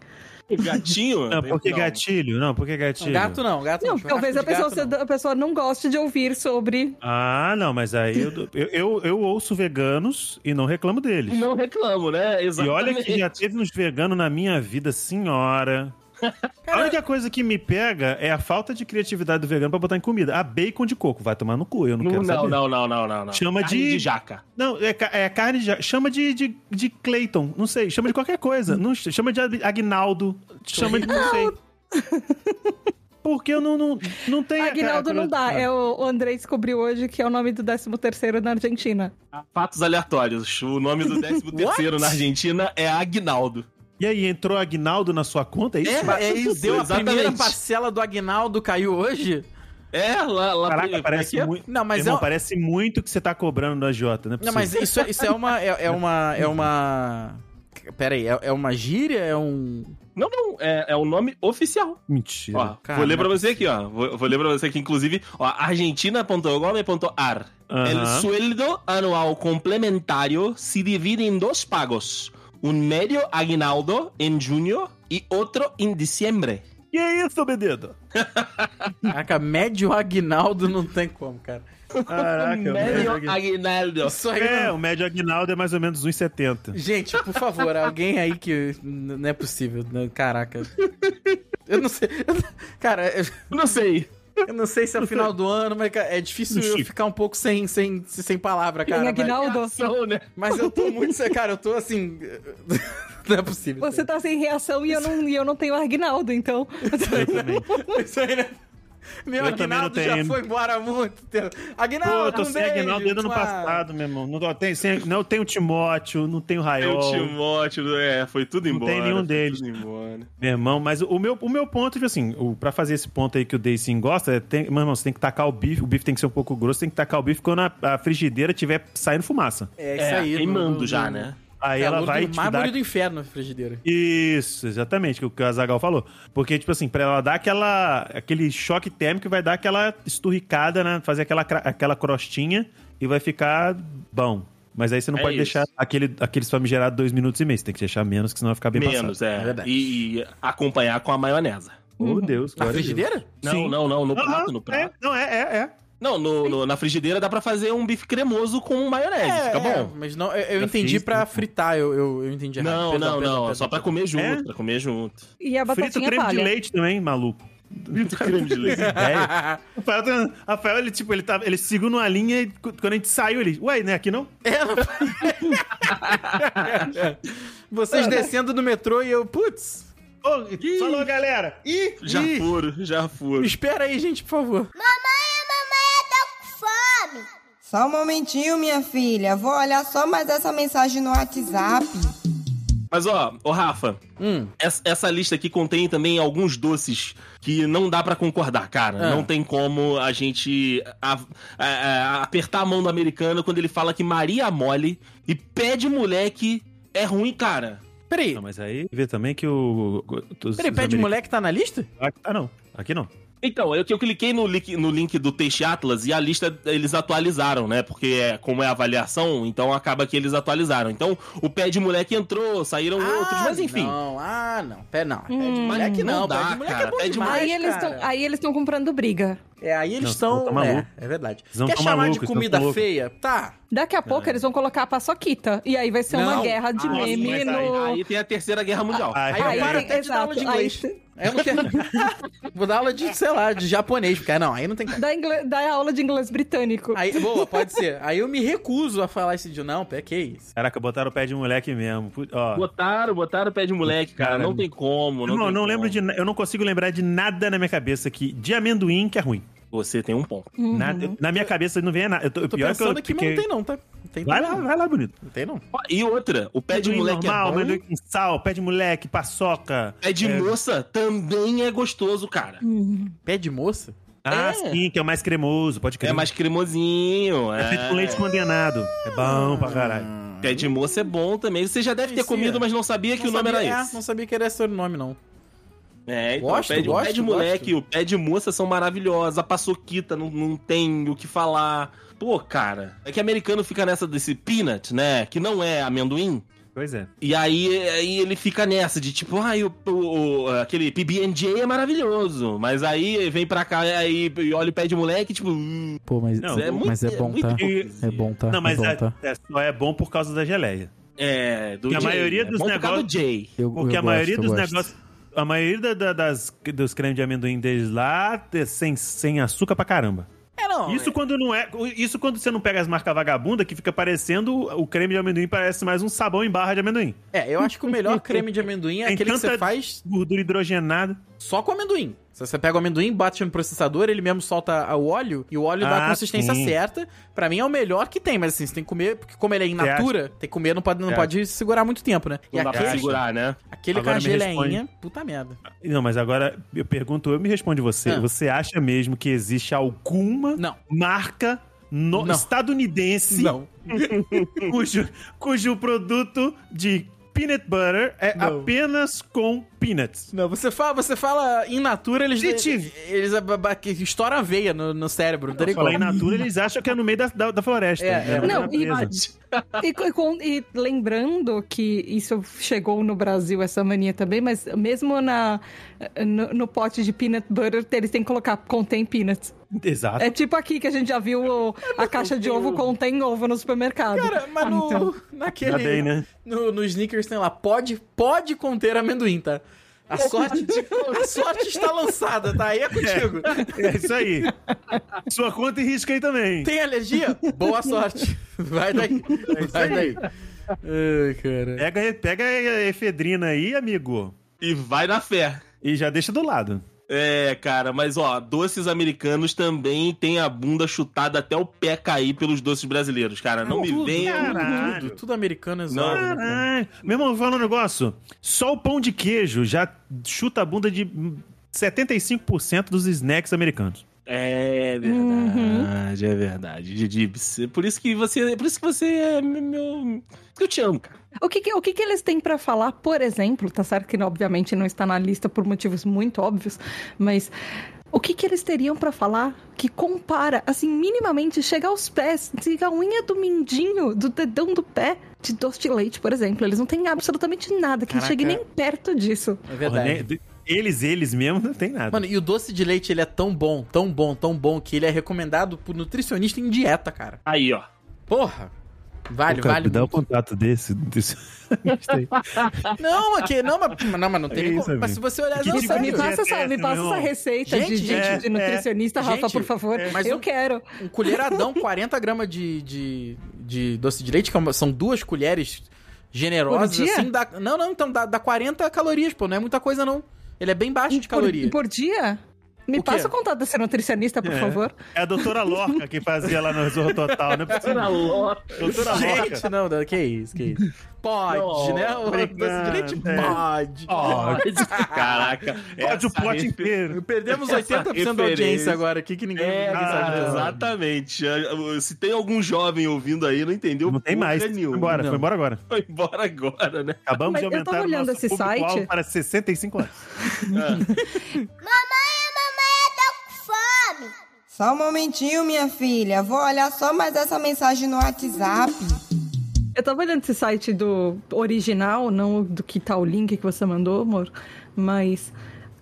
D: Gatinho?
C: Não, por que
D: Não.
C: gatilho? Não, por que gatilho?
B: Gato não, gato
E: Não,
B: Churrasco
E: talvez a
B: de
E: pessoa,
B: gato
E: se-
B: não.
E: a pessoa não goste de ouvir sobre.
C: Ah, não, mas aí eu, eu, eu, eu ouço veganos e não reclamo deles.
D: Não reclamo, né?
C: E
D: Exatamente.
C: olha que já teve uns veganos na minha vida, senhora. A única coisa que me pega é a falta de criatividade do vegano pra botar em comida. Ah, bacon de coco, vai tomar no cu, eu não,
D: Não,
C: quero
D: não,
C: saber.
D: não, não, não, não, não.
C: Chama
D: Carne
C: de-
D: jaca.
C: Não, é, ca- é carne de... ja- Chama de, de, de Clayton, não sei. Chama de qualquer coisa. Não, ch- chama de Ag- Agnaldo. Chama de... Não sei. Porque eu não... Não, não tem... a-
E: Aguinaldo
C: a-
E: não dá. É o, o Andrei descobriu hoje que é o nome do 13 terceiro na Argentina.
D: Fatos aleatórios. O nome do 13 terceiro na Argentina é Agnaldo.
C: E aí, entrou Agnaldo na sua conta? É isso?
D: É,
B: É, isso, deu a
D: Exatamente.
B: primeira parcela do Agnaldo, caiu hoje?
D: É, lá... lá
C: Caraca,
D: pra-
C: parece
D: pra quê?
C: muito...
B: Não, mas
C: Irmão,
B: é um-
C: parece muito que você tá cobrando da Jota, né?
B: Não, mas isso, isso é uma. É, é uma. É uma. Pera aí, é, é uma gíria? É um.
D: Não, não, é, é o nome oficial.
C: Mentira.
D: Ó,
B: Cara,
D: vou ler pra
B: não é
D: você aqui, ó. Vou, vou ler pra você aqui, inclusive. Ó, argentina.gov.ar. El
C: Aham.
D: sueldo anual complementario se divide em dois pagos. Um medio aguinaldo em junho e outro em dezembro.
C: Que é isso, menino?
B: Caraca, médio Agnaldo não tem como, cara.
C: Caraca,
D: medio
C: Aguinaldo.
D: Um aguinaldo.
B: Isso aí
C: É,
B: não-
C: o médio Aguinaldo é mais ou menos 1,70.
B: Gente, por favor, alguém aí que. n- Não é possível. não- Caraca. Eu não sei. eu não- Cara, eu-
D: Não sei.
B: eu não sei se é o final do ano, mas cara, é difícil eu ficar um pouco sem, sem, sem palavra, cara.
E: Tem
D: é
B: mas-
D: assim.
E: Aguinaldo?
D: São, um, né?
B: Mas eu tô muito. Cara, eu tô assim. [laughs] Não é possível.
E: Você tá sem reação e eu não, e eu não tenho Agnaldo, então.
B: Isso aí, né? Meu
C: Eu também não
B: Aguinaldo já
C: tenho.
B: foi embora há muito tempo. Aguinaldo,
C: Pô, eu tô
B: um
C: sem
B: beijo,
C: Aguinaldo desde ano
B: claro.
C: passado, meu irmão. Não, tô- tem, sem- não tem o Timóteo, não tem o Raiol.
D: o Timóteo, é, foi tudo
C: Não
D: embora.
C: tem nenhum
D: foi
C: deles.
D: tudo embora.
C: Meu irmão, mas o meu, o meu ponto, tipo assim, o, pra fazer esse ponto aí que o Dacing gosta, é tem, meu irmão, você tem que tacar o bife, o bife tem que ser um pouco grosso, tem que tacar o bife quando a, a frigideira tiver saindo fumaça.
B: É isso
D: É,
B: aí.
D: queimando
B: no- no-
D: já,
B: no-
D: né?
C: Aí
B: calor
C: ela vai,
B: do
C: tipo,
B: mármore
C: dar...
B: do inferno na frigideira.
C: Isso, exatamente, que o que a Zagal falou. Porque, tipo assim, pra ela dar aquela, aquele choque térmico, vai dar aquela esturricada, né? Fazer aquela, cra- aquela crostinha e vai ficar bom. Mas aí você não
D: É
C: pode
D: isso.
C: deixar aquele, aquele famigerado dois minutos e meio. Você tem que deixar menos, que senão vai ficar bem
D: Menos,
C: passado.
B: É
D: é.
B: verdade.
D: e, e acompanhar com a maionese.
C: Oh, Deus.
B: Na
C: glória a Deus.
B: frigideira?
D: Não,
C: Sim.
D: não, não, no
C: Aham,
D: prato, no prato.
C: É, não, é, é, é.
D: Não, no, no- na frigideira dá pra fazer um bife cremoso com maionese, fica bom.
B: É, mas não, eu, eu
C: Já
B: entendi
C: fiz,
B: pra fritar, eu, eu, eu entendi errado. Perdão,
D: Não, não,
B: perdão,
D: não,
B: perdão,
D: só pra
B: perdão.
D: comer junto,
C: É?
D: pra comer junto.
E: [laughs] E a
C: Frita
E: batatinha
C: creme de
E: palha.
C: leite também, maluco.
D: creme de
C: [laughs]
D: leite.
C: É. Rafael, tá- Rafael, ele, tipo, ele, tá, ele seguiu numa linha e cu- quando a gente saiu, ele... Ué, né? Aqui não?
B: Vocês descendo do metrô e eu, putz,
C: Ô, falou, galera. Ih,
D: Já
C: ih.
D: furo, já furo.
B: me espera aí, gente, por favor.
G: Só um momentinho, minha filha. Vou olhar só mais essa mensagem no WhatsApp.
D: Mas ó, ô Rafa,
B: Hum,
D: essa, essa lista aqui contém também alguns doces que não dá pra concordar, cara.
B: Ah.
D: Não tem como a gente a- a- a- apertar a mão do americano quando ele fala que Maria mole e pé de moleque é ruim, cara.
B: peraí,
C: Não, mas aí vê também que o...
B: peraí,
C: os- os
B: pé de
C: americanos-
B: moleque tá na lista?
C: Ah, não. Aqui não.
D: Então, eu, que eu cliquei no link, no link do Teixe Atlas e a lista eles atualizaram, né? Porque é, como é a avaliação, então acaba que eles atualizaram. Então, o pé de moleque entrou, saíram
C: Ah,
D: outros, mas enfim.
B: Não, ah, não, pé não. Pé de
E: Hum.
B: moleque não,
D: Não dá,
B: pé de moleque é
D: cara,
B: bom
D: pé de
B: demais,
D: moleque-
E: Aí eles
B: cara.
E: tão- aí eles estão comprando briga.
B: É, aí eles
C: Não, senão
B: estão.
C: tá maluco.
B: é, é verdade.
C: Senão
B: Quer
C: tá
B: chamar
C: maluco,
B: de
C: senão
B: comida
C: tá louco.
B: feia? Tá.
E: Daqui a pouco eles vão colocar a paçoquita. E aí vai ser uma
B: Não.
E: guerra de
D: Ah, nossa,
E: meme
D: mas aí-
E: no.
D: Aí tem a terceira guerra mundial.
C: É
B: Aí
E: Aí,
B: eu paro até de dar aula de
E: exato,
B: inglês.
E: aí-
B: Aí eu não quero.
E: [laughs]
B: Vou dar aula de, sei lá, de japonês, porque não, aí não tem como.
E: Dá, ingle- dá aula de inglês britânico.
B: Aí, boa, pode ser. Aí eu me recuso a falar esse de não, pé, que isso.
C: Caraca, botaram o pé de moleque mesmo. Pu- Ó,
D: Botaram, botaram o pé de moleque, cara.
C: Cara,
D: não tem como.
C: eu
D: Não,
C: não,
D: tem
C: não
D: como.
C: lembro de. na- Eu não consigo lembrar de nada na minha cabeça que de amendoim que é ruim.
D: Você tem um ponto.
E: Uhum.
B: né,
C: Nada- na minha cabeça não vem nada. Eu tô,
B: Tô
C: pior é
B: pensando aqui,
C: que eu
B: mas não
C: fiquei...
B: tem não, tá? Não tem
C: Vai
B: não.
C: lá, vai lá, bonito.
B: Não tem não.
D: Ó, E outra, o pé de
C: Amendoim
D: moleque
C: normal,
D: é bom.
C: amendoim com sal, pé de moleque, paçoca.
D: Pé de
C: É.
D: moça também é gostoso, cara.
B: Pé de moça?
C: Ah,
D: É.
C: sim, que é o mais cremoso, pode crer.
D: É mais cremosinho.
C: É feito com leite condenado. É bom pra caralho.
B: Hum.
D: Pé de moça é bom também. Você já deve ter
B: Conhecia.
D: comido, mas não sabia que o nome
B: sabia,
D: era
B: é,
D: esse.
B: Não sabia que era esse o nome, não.
D: É, então,
B: Gosto,
D: o pé de, o
B: gosto,
D: pé de
B: gosto.
D: moleque e o pé de moça são maravilhosos. A paçoquita não, não tem o que falar. Pô, cara, é que americano fica nessa desse peanut, né? Que não é amendoim.
C: Pois é.
D: E aí, aí ele fica nessa de tipo, ai, o, o- o- aquele PB&J é maravilhoso. Mas aí vem pra cá aí, e olha o pé de moleque, tipo... hum,
B: Pô, mas, é
C: Não,
D: isso muito- é muito hipocrisia.
B: tá?
C: não, mas é, é só é bom por causa da geleia.
D: É, do
C: Porque a
D: J,
C: maioria
D: né?
C: dos
D: Bom por causa
C: negócios-
D: do J.
C: Porque a maioria dos negócios. A maioria da- da- das, dos cremes de amendoim deles lá é sem, sem açúcar pra caramba.
B: É, não.
C: Isso quando não é. Isso quando você não pega as marcas vagabunda que fica parecendo. O creme de amendoim parece mais um sabão em barra de amendoim.
B: É, eu acho que o
C: [laughs]
B: melhor creme de amendoim é
C: Tem
B: aquele que
C: tanta-
B: você faz
C: Gordura hidrogenada.
B: só com amendoim. Se você pega o amendoim, bate no processador, ele mesmo solta o óleo e o óleo dá a
C: Ah,
B: consistência
C: sim.
B: certa. Pra mim é o melhor que tem, mas assim, você tem que comer, porque como ele é in
C: Você acha? É.
B: natura, tem que comer, não pode, não
C: Você
B: pode segurar muito tempo, né? E
D: Não dá pra
B: aquele,
D: segurar, né?
B: aquele com a
C: Agora me Ah,
B: geleinha, puta merda.
C: Não, mas agora eu pergunto, eu me responde você.
B: Ah.
C: Você acha mesmo que existe alguma
B: Não.
C: marca no-
B: Não.
C: estadunidense
B: Não.
C: cujo, cujo produto de peanut butter é
B: Não.
C: apenas com peanuts?
B: Não, você fala, você fala in natura, eles.
C: Gente.
B: Eles, eles ab- ab- que estouram a veia no, no cérebro, não tem nem
C: Falar em
B: como.
C: natura, eles acham que é no meio da, da, da floresta. né? Tá
B: É, é.
C: no meio da
E: Não, e-
C: natureza.
E: E, co- e com- e lembrando que isso chegou no Brasil, essa mania também, mas mesmo na, no, no pote de peanut butter, eles têm que colocar contém peanuts.
C: Exato.
E: É tipo aqui que a gente já viu o- a caixa de ovo contém ovo no supermercado.
B: Cara,
C: Ah,
B: mas no,
E: Então.
B: [laughs] naquele.
C: Ainda bem, né?
B: no, no sneakers tem lá, pode, pode conter amendoim, tá? A sorte, a sorte está lançada, tá? Aí é contigo.
C: É isso aí. Sua conta e risca aí também.
B: Tem alergia? Boa sorte. Vai daí. Vai daí. Ai, cara.
C: Pega, pega a efedrina aí, amigo,
D: E vai na fé.
C: e já deixa do lado.
D: É, cara, mas ó, doces americanos também tem a bunda chutada até o pé cair pelos doces brasileiros, cara. É, Não me
B: Tudo,
D: venha.
C: Caralho.
B: Tudo, tudo americano é zoado, né, cara?
C: Caralho. Meu irmão, fala um negócio. Só o pão de queijo já chuta a bunda de 75% dos snacks americanos.
D: É
C: Uhum.
D: verdade, é verdade, Didibs. É Por isso que você, por isso que você é meu, eu te amo, cara.
E: O que, que- o que, que eles têm pra falar, por exemplo, tá certo que obviamente não está na lista por motivos muito óbvios, mas o que, que eles teriam pra falar que compara, assim, minimamente, chega aos pés, chega a unha do mindinho, do dedão do pé, de doce de leite, por exemplo. Eles não têm absolutamente nada que
B: Caraca.
E: chegue nem perto disso.
B: É verdade.
C: Porra, né? Eles, eles mesmo, não tem nada.
B: Mano, e o doce de leite, ele é tão bom, tão bom, tão bom, que ele é recomendado por nutricionista em dieta, cara.
D: Aí, ó.
B: Porra! Vale,
C: Ô, cara,
B: vale.
C: me Dá o
B: muito.
C: contato desse. desse-
B: Não, aqui, não, mas, não, mas não tem
C: É
B: nem
C: isso,
B: como. Mas
C: amigo.
B: se você olhar
C: Que
B: não,
C: tipo
E: Nossa,
B: sério,
E: me
C: de
E: passa,
C: dieta é
E: essa, me
C: essa,
E: passa
C: meu
E: essa
C: irmão?
E: receita
B: Gente,
E: de, de-
C: é,
E: de nutricionista,
B: é.
E: Rafa,
B: Gente,
E: por favor.
B: é. Mas
E: Eu
B: um-
E: quero.
B: um [laughs] colheradão, 40 gramas de, de, de doce de leite, que é uma- são duas colheres generosas,
E: Por dia?
B: assim, dá, não, não, então dá, dá 40 calorias, pô, não é muita coisa, não. Ele é bem baixo de caloria.
E: Por, por dia? Me
B: O quê?
E: passa o contato dessa nutricionista, por
C: É.
E: favor.
C: É a doutora Lorca que fazia lá no Zorro Total, né? Doutora Lorca.
B: Gente, não, não, que isso, que isso. Pode,
D: Não,
B: né? O doce de leite
C: é.
B: pode.
D: Caraca.
C: Ah. Pode o
D: essa
C: pote
B: [laughs]
C: inteiro.
B: Perdemos
D: Essa
B: 80% da audiência
D: referência.
B: agora aqui, que ninguém,
D: É,
C: Ah.
B: ninguém sabe.
D: cara,
B: disso.
D: exatamente. É, Se tem algum jovem ouvindo aí, não entendeu
C: Não tem
D: porra
C: mais. Foi
D: nenhuma.
C: embora, foi embora agora.
D: Foi embora agora, né?
C: Acabamos
E: Mas
C: de
E: eu tô
C: aumentar o
E: olhando
C: nosso
E: esse
C: público-alvo
E: site.
C: para 65 anos.
G: Só um momentinho, minha filha. Vou olhar só mais essa mensagem no WhatsApp.
E: Eu tava olhando esse site do original, não o do que tá o link que você mandou, amor, mas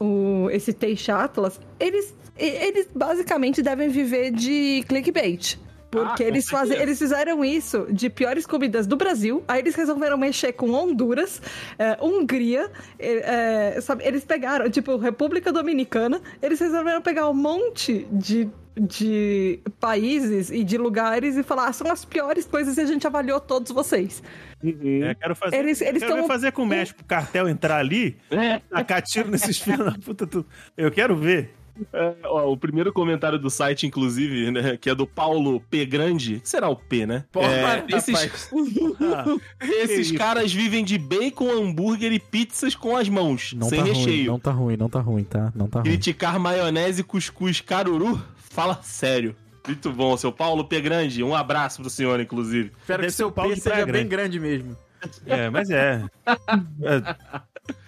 E: o, esse Teixe Atlas, eles, e- eles basicamente devem viver de clickbait. Porque
D: Ah, com
E: eles, fazem,
D: certeza.
E: eles fizeram isso de piores comidas do Brasil, aí eles resolveram mexer com Honduras, eh, Hungria, eh, eh, sabe, eles pegaram, tipo, República Dominicana, eles resolveram pegar um monte de de países e de lugares e falar, ah, são as piores coisas e a gente avaliou todos vocês.
C: É, quero fazer,
E: Eles- eles
C: quero
E: tão-
C: ver fazer com o México, o cartel entrar ali,
D: É,
C: tacar tiro nesses [laughs] filhos da puta. tudo. Eu quero ver.
D: é, ó, o primeiro comentário do site, inclusive, né, que é do Paulo P. Grande. que Será o P, né?
B: Porra,
D: É,
B: rapaz.
D: esses
C: Ah,
D: esses caras vivem de bacon, hambúrguer e pizzas com as mãos, sem recheio.
B: tá ruim, não tá ruim, tá? Não tá
D: Criticar maionese, cuscuz, caruru? Fala sério. Muito bom, seu Paulo P. Grande. Um abraço pro senhor, inclusive.
B: Espero que
C: Deve ser
B: seu
C: o pau
B: pau
C: de
B: seja
C: praia
B: bem grande mesmo.
C: é, mas é. É,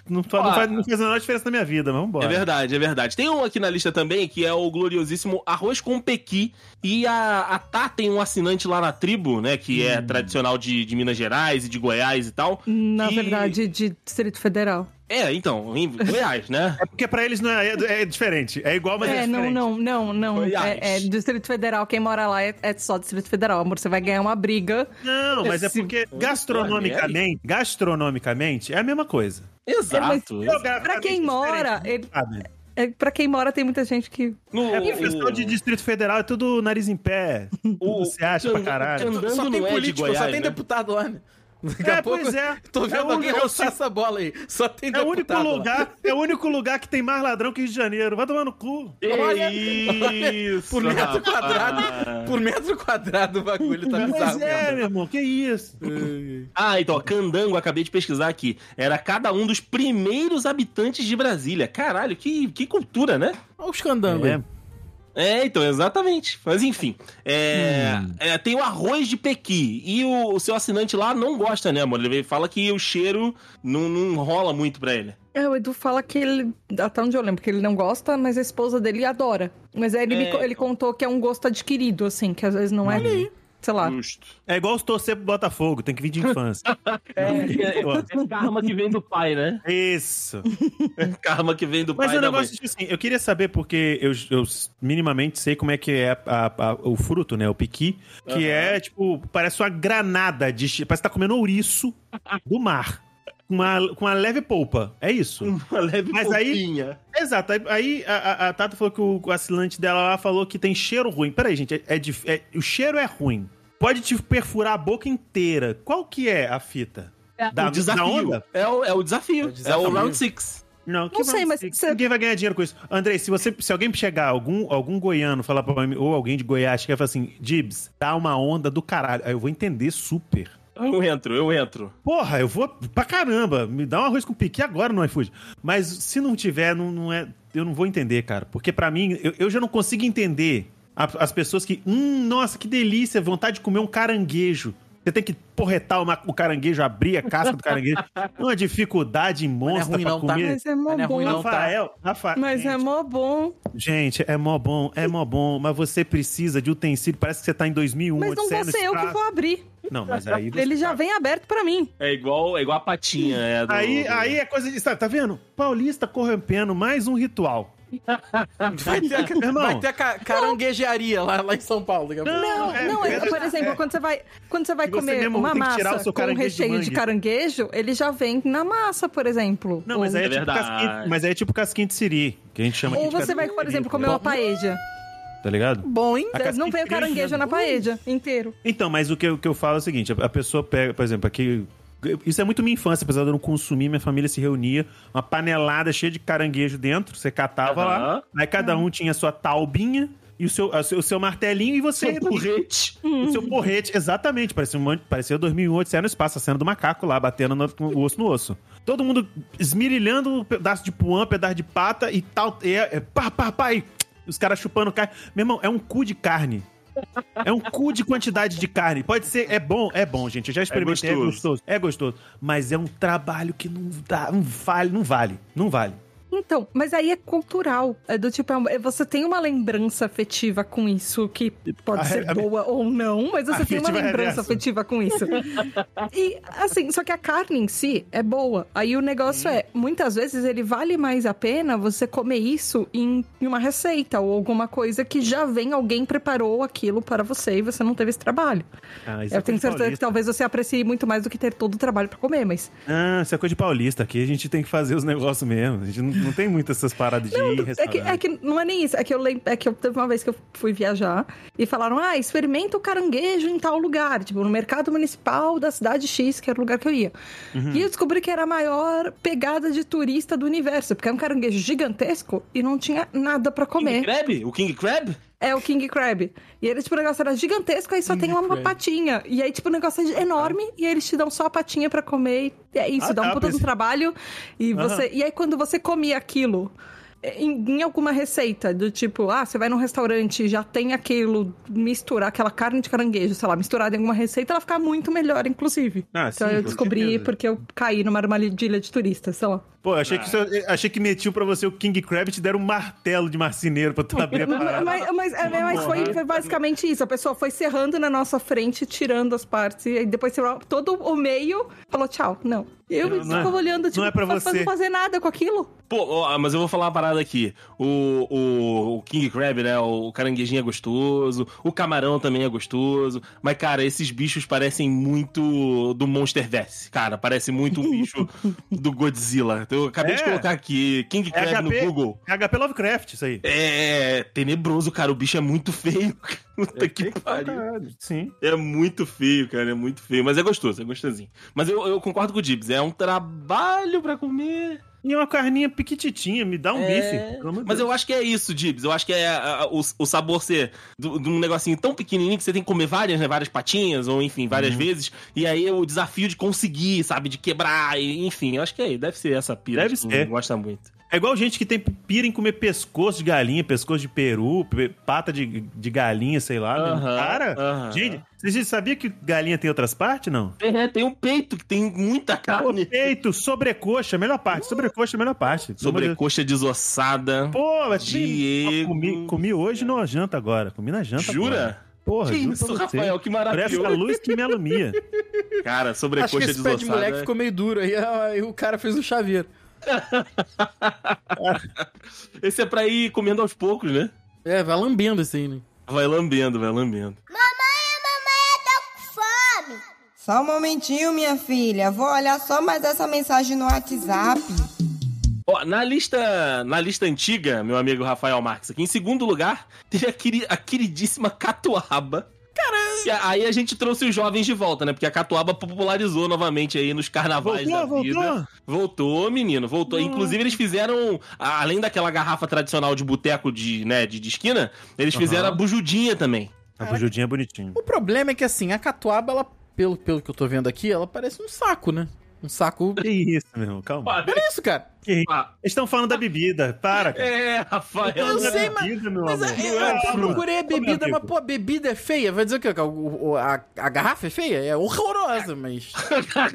C: Não, fa- não faz, não fez a menor diferença na minha vida, mas vambora.
D: É verdade, é verdade. Tem um aqui na lista também que é o gloriosíssimo arroz com pequi. E a, a Tá tem um assinante lá na tribo, né? Que é tradicional de, de Minas Gerais e de Goiás e tal.
E: Na
D: E-
E: verdade, de Distrito Federal.
D: É, então, em Goiás, né?
C: É porque pra eles não é, é- é diferente. É igual, mas é,
E: é, não,
C: diferente.
E: não, não, não.
D: Goiás.
E: É, é Distrito Federal, quem mora lá é, é só Distrito Federal, amor. Você vai ganhar uma briga.
C: Não, mas é
E: Esse-
C: porque gastronomicamente, gastronomicamente é a mesma coisa.
B: É,
C: é,
D: Exato.
E: Pra quem mora, ele,
C: Sabe?
E: é, pra quem mora, tem muita gente que.
D: No,
C: É porque o pessoal de Distrito Federal é tudo nariz em pé. Tudo se acha pra caralho.
D: Andando
B: só tem
D: não é de
B: político, só
D: Goiás,
B: tem
D: né?
B: deputado lá, né? Daqui
C: É,
B: a pouco
C: pois é.
B: tô vendo
C: É o
B: alguém
C: único-
B: alçar essa bola aí. Só tem
C: É
B: deputado
C: o único
B: lá.
C: lugar, é o único lugar que tem mais ladrão que Rio de Janeiro. Vai tomar no cu.
D: Isso,
B: Por é metro quadrado,
D: rapaz.
B: por metro quadrado o bagulho tá bizarro
C: Pois é,
B: mesmo.
C: meu irmão, que isso?
B: Ai,
D: Ah, então, ó, candango, acabei de pesquisar aqui. Era cada um dos primeiros habitantes de Brasília. Caralho, que, que cultura, né?
B: Olha os candangos.
C: É.
B: aí.
D: É, então, exatamente. Mas enfim, é,
C: Hum.
D: é, tem o arroz de Pequi. E o, o seu assinante lá não gosta, né, amor? Ele fala que o cheiro não, não rola muito pra ele.
E: É, o Edu fala que ele. Até onde eu lembro, que ele não gosta, mas a esposa dele adora. Mas aí ele, me
D: É.
E: co- ele contou que é um gosto adquirido, assim, que às vezes não é. Sei lá.
D: Justo.
C: É igual os torcer pro Botafogo, tem que vir de infância.
B: [laughs]
D: É, é, karma que vem do pai, né?
C: [laughs] Isso.
D: Karma que vem do
C: Mas
D: pai
C: o
D: da mãe.
C: negócio é assim, eu queria saber porque eu, eu minimamente sei como é que é a- a- o fruto, né? O piqui, que
D: Aham.
C: é tipo, parece uma granada de. chi- Parece que tá comendo ouriço do mar. Com uma, com uma leve polpa. É isso.
D: Uma leve
C: Mas aí-
D: polpinha.
C: Exato. Aí, aí a, a- a Tata falou que o, o assinante dela lá falou que tem cheiro ruim. Peraí, gente. É, é dif- é- o cheiro é ruim. pode te perfurar a boca inteira. Qual que é a fita? Da,
D: o desafio.
C: onda?
D: é, o, é o desafio. É o
B: desafio.
D: round six.
C: Não, que
E: Não
C: vai-
E: sei, mas
C: que-
E: você-
C: ninguém vai ganhar dinheiro com isso. Andrei, se você, se alguém chegar, algum, algum goiano falar pra mim, ou alguém de Goiás, que vai falar assim, Dibs, dá uma onda do caralho. Aí eu vou entender super.
D: Eu entro, eu entro.
C: Porra, eu vou pra caramba. Me dá um arroz com piqui agora no iFood. Mas se não tiver, não, não é, eu não vou entender, cara. Porque pra mim, eu, eu já não consigo entender a- as pessoas que. Hum, nossa, que delícia, vontade de comer um caranguejo. Você tem que porretar uma- o caranguejo, abrir a casca do
E: [laughs]
C: caranguejo. Uma dificuldade
B: Não é
C: monstra
B: ruim,
C: pra
B: não, tá?
C: comer.
E: Mas é mó
B: Não é ruim,
E: bom.
B: não, tá?
C: Rafael, Rafael.
E: Mas é
C: gente,
E: mó bom.
C: Gente, é mó bom, é mó bom, mas você precisa de utensílio, parece que você tá em 2001.
E: Mas não
C: você é
E: vou
C: no
E: ser eu que
C: espaço.
E: vou abrir.
C: Não, mas aí...
E: Ele já vem aberto pra mim.
D: É igual, é igual a patinha. É do-
C: Aí,
D: do-
C: aí é coisa de... Tá, tá vendo? Paulista corrompendo mais um ritual.
B: Vai ter, a,
C: Irmão.
B: vai ter a ca- caranguejaria lá, lá em São Paulo. Daqui a pouco.
E: Não,
C: é-
E: não, é-
C: é-
E: por exemplo, quando você vai, quando você vai
C: Você
E: comer
C: mesmo
E: uma
C: tem que tirar o
E: massa
C: seu
E: com um
C: caranguejo de
E: recheio de,
C: mangue.
E: caranguejo, ele já vem na massa, por exemplo.
C: Não, mas
E: ou,
C: aí é,
D: É
C: tipo
D: verdade.
C: casquinha, mas aí é tipo casquinha de siri, que a gente chama aqui
E: ou
C: de
E: você
C: casquinha
E: vai,
C: de
E: por
C: siri,
E: exemplo, comer
C: entendeu?
E: uma paella.
C: Tá ligado?
B: Bom, hein?
C: A casquinha
E: Não vem o
C: de é siri
E: caranguejo
C: já-
E: na paella inteiro.
C: Então, mas o que, eu- o que eu falo é o seguinte: a a pessoa pega, por exemplo, aqui. Isso é muito minha infância, apesar de eu não consumir, minha família se reunia, uma panelada cheia de caranguejo dentro, você catava
D: Aham.
C: lá, aí cada um tinha a sua taubinha e o seu, a seu- o seu martelinho e você.
D: Seu porrete.
C: O seu porrete, exatamente, parecia, um, monte- parecia 2008, você era no espaço, a cena do macaco lá, batendo no, com o osso no osso. Todo mundo esmirilhando um pedaço de puã, pedaço de pata e tal, e é, é pá, pá, pá, e os caras chupando carne. Meu irmão, é um cu de carne. É um cu de quantidade de carne. Pode ser, é bom, é bom, gente. Eu já experimentei, é
D: gostoso.
C: gostoso. É gostoso. Mas é um trabalho que não dá, não vale, não vale, não vale.
E: Então, mas aí é cultural. É do tipo, é um- é- você tem uma lembrança afetiva com isso, que pode
C: A-
E: ser
C: a-
E: boa ou não, mas você tem
C: afetiva
E: uma
C: é
E: lembrança
C: dessa.
E: afetiva com isso. e, assim, só que a carne em si é boa. Aí o negócio é, muitas vezes ele vale mais a pena você comer isso em, em uma receita ou alguma coisa que já vem, alguém preparou aquilo para você e você não teve esse trabalho.
C: Ah, isso é
E: Eu
C: coisa de
E: tenho certeza que
C: paulista.
E: talvez você aprecie muito mais do que ter todo o trabalho para comer, mas.
C: Ah, isso é coisa de paulista. Aqui a gente tem que fazer os negócios mesmo. A gente não, não tem muito essas paradas de ir em
E: É que, é
C: restaurante.
E: que não é nem isso. É que eu lembro. É que eu teve uma vez que eu fui viajar e falaram: ah, experimenta o caranguejo em tal lugar, tipo, no mercado municipal da cidade X, que era o lugar que eu ia. E eu descobri que era a maior pegada de turista do universo, porque era um caranguejo gigantesco e não tinha nada pra
D: King
E: comer.
D: Crab? O King Crab?
E: É o King Crab. E ele, tipo, o negócio era gigantesco, aí só tem uma
B: Crab.
E: patinha. E aí, tipo, o negócio é enorme, e aí eles te dão só a patinha pra comer. E é isso,
C: Ah,
E: dá um
C: tá,
E: puta de um
C: pensei-
E: trabalho. E,
C: Aham.
E: você... e aí, quando você comia aquilo, é, em, em alguma receita, do tipo, ah, você vai num restaurante e já tem aquilo, misturar aquela carne de caranguejo, sei lá, misturada em alguma receita, ela fica muito melhor, inclusive.
C: Ah,
E: Então
C: sim,
E: eu
C: com
E: descobri
C: certeza.
E: porque eu caí numa armadilha de turista, sei lá.
C: Pô, achei
D: Ah.
C: que, isso- achei que metiu pra você o King Crab e te deram um martelo de marceneiro pra tu abrir a parada.
E: Mas, mas- é, mas foi, foi basicamente isso. A pessoa foi serrando na nossa frente, tirando as partes. E aí depois serrou todo o meio, falou tchau. Não. E eu
C: Não, não é-
E: ficava olhando, tipo,
C: não é pra
E: "Mas
C: você." Tipo
E: não fazer nada com aquilo.
D: Pô, ó, ah, mas eu vou falar uma parada aqui. O, o, o King Crab, né? O caranguejinho é gostoso. O camarão também é gostoso. Mas, cara, esses bichos parecem muito do Monsterverse. Cara, parece muito um bicho do Godzilla. Então, eu acabei de
C: É.
D: colocar aqui King
C: É
D: Crab
C: HP.
D: no Google.
C: É HP Lovecraft, isso aí.
D: É tenebroso, cara. O bicho é muito feio. [laughs] cara. Puta que pariu.
C: Caralho, Sim.
D: É muito feio, cara. É muito feio. Mas é gostoso, é gostosinho. Mas eu, eu concordo com o Dibs. É um trabalho pra comer.
C: E uma carninha piquititinha, me dá um bife. Pelo amor de
D: É, Mas
C: Deus.
D: eu acho que é isso, Dibs. Eu acho que é a- a- o, o sabor ser do- de um negocinho tão pequenininho que você tem que comer várias, né? Várias patinhas, ou enfim, várias vezes. E aí o desafio de conseguir, sabe? De quebrar, e, enfim. Eu acho que é, deve ser essa pira.
C: Deve
D: que
C: ser.
D: Gosta muito.
C: É igual gente que tem pira em comer pescoço de galinha, pescoço de peru, pe- pata de, de galinha, sei lá. né?
D: Aham,
C: Cara,
D: aham.
C: gente, vocês sabiam que galinha tem outras partes, não?
D: É, tem um peito que tem muita carne.
C: Peito, sobrecoxa, melhor parte. Sobrecoxa, melhor parte.
D: Sobrecoxa desossada.
C: Pô, mas tem-
D: Diego.
C: comi, comi hoje no janta agora. Comi na janta. agora.
D: Jura?
C: Porra,
D: Que
C: juro pra
D: isso,
C: você.
D: Rafael, que
C: Parece a
D: maravilhoso.
C: luz que me alumia.
D: Cara,
B: Acho que
D: sobrecoxa
B: esse pé de
D: desossada.
C: é.
B: moleque ficou meio duro aí, aí o cara fez um chaveiro.
D: Esse é pra ir comendo aos poucos, né?
B: É, vai lambendo assim, né?
D: Vai lambendo, vai lambendo.
G: Só um momentinho, minha filha. Vou olhar só mais essa mensagem no WhatsApp.
D: Ó, na lista, na lista antiga, meu amigo Rafael Marques, aqui em segundo lugar, teve a, queri- a queridíssima Catuaba. E a- aí a gente trouxe os jovens de volta, né? Porque a Catuaba popularizou novamente aí nos carnavais da vida. Voltou, menino, voltou. Inclusive, eles fizeram, a- além daquela garrafa tradicional de boteco de, né, de, de esquina, eles fizeram a bujudinha também.
C: A bujudinha é bonitinho.
B: O problema é que, assim, a catuaba, ela, pelo, pelo que eu tô vendo aqui, ela parece um saco, né? Um [laughs] saco.
C: Que isso, meu irmão, calma.
B: Olha isso, cara.
D: Ah,
C: Eles estão falando da bebida, para, cara.
D: É, Rafael.
B: Eu
C: Não é
B: sei, mas-
C: bebida, meu
B: Mas
C: amor.
B: é, eu
C: Não é
B: até
C: fruta.
B: procurei a bebida,
C: amigo.
B: mas, pô, a bebida é feia. Vai dizer o quê? Que a- o- o- a- a garrafa é feia? É horrorosa, mas.
D: A garrafa é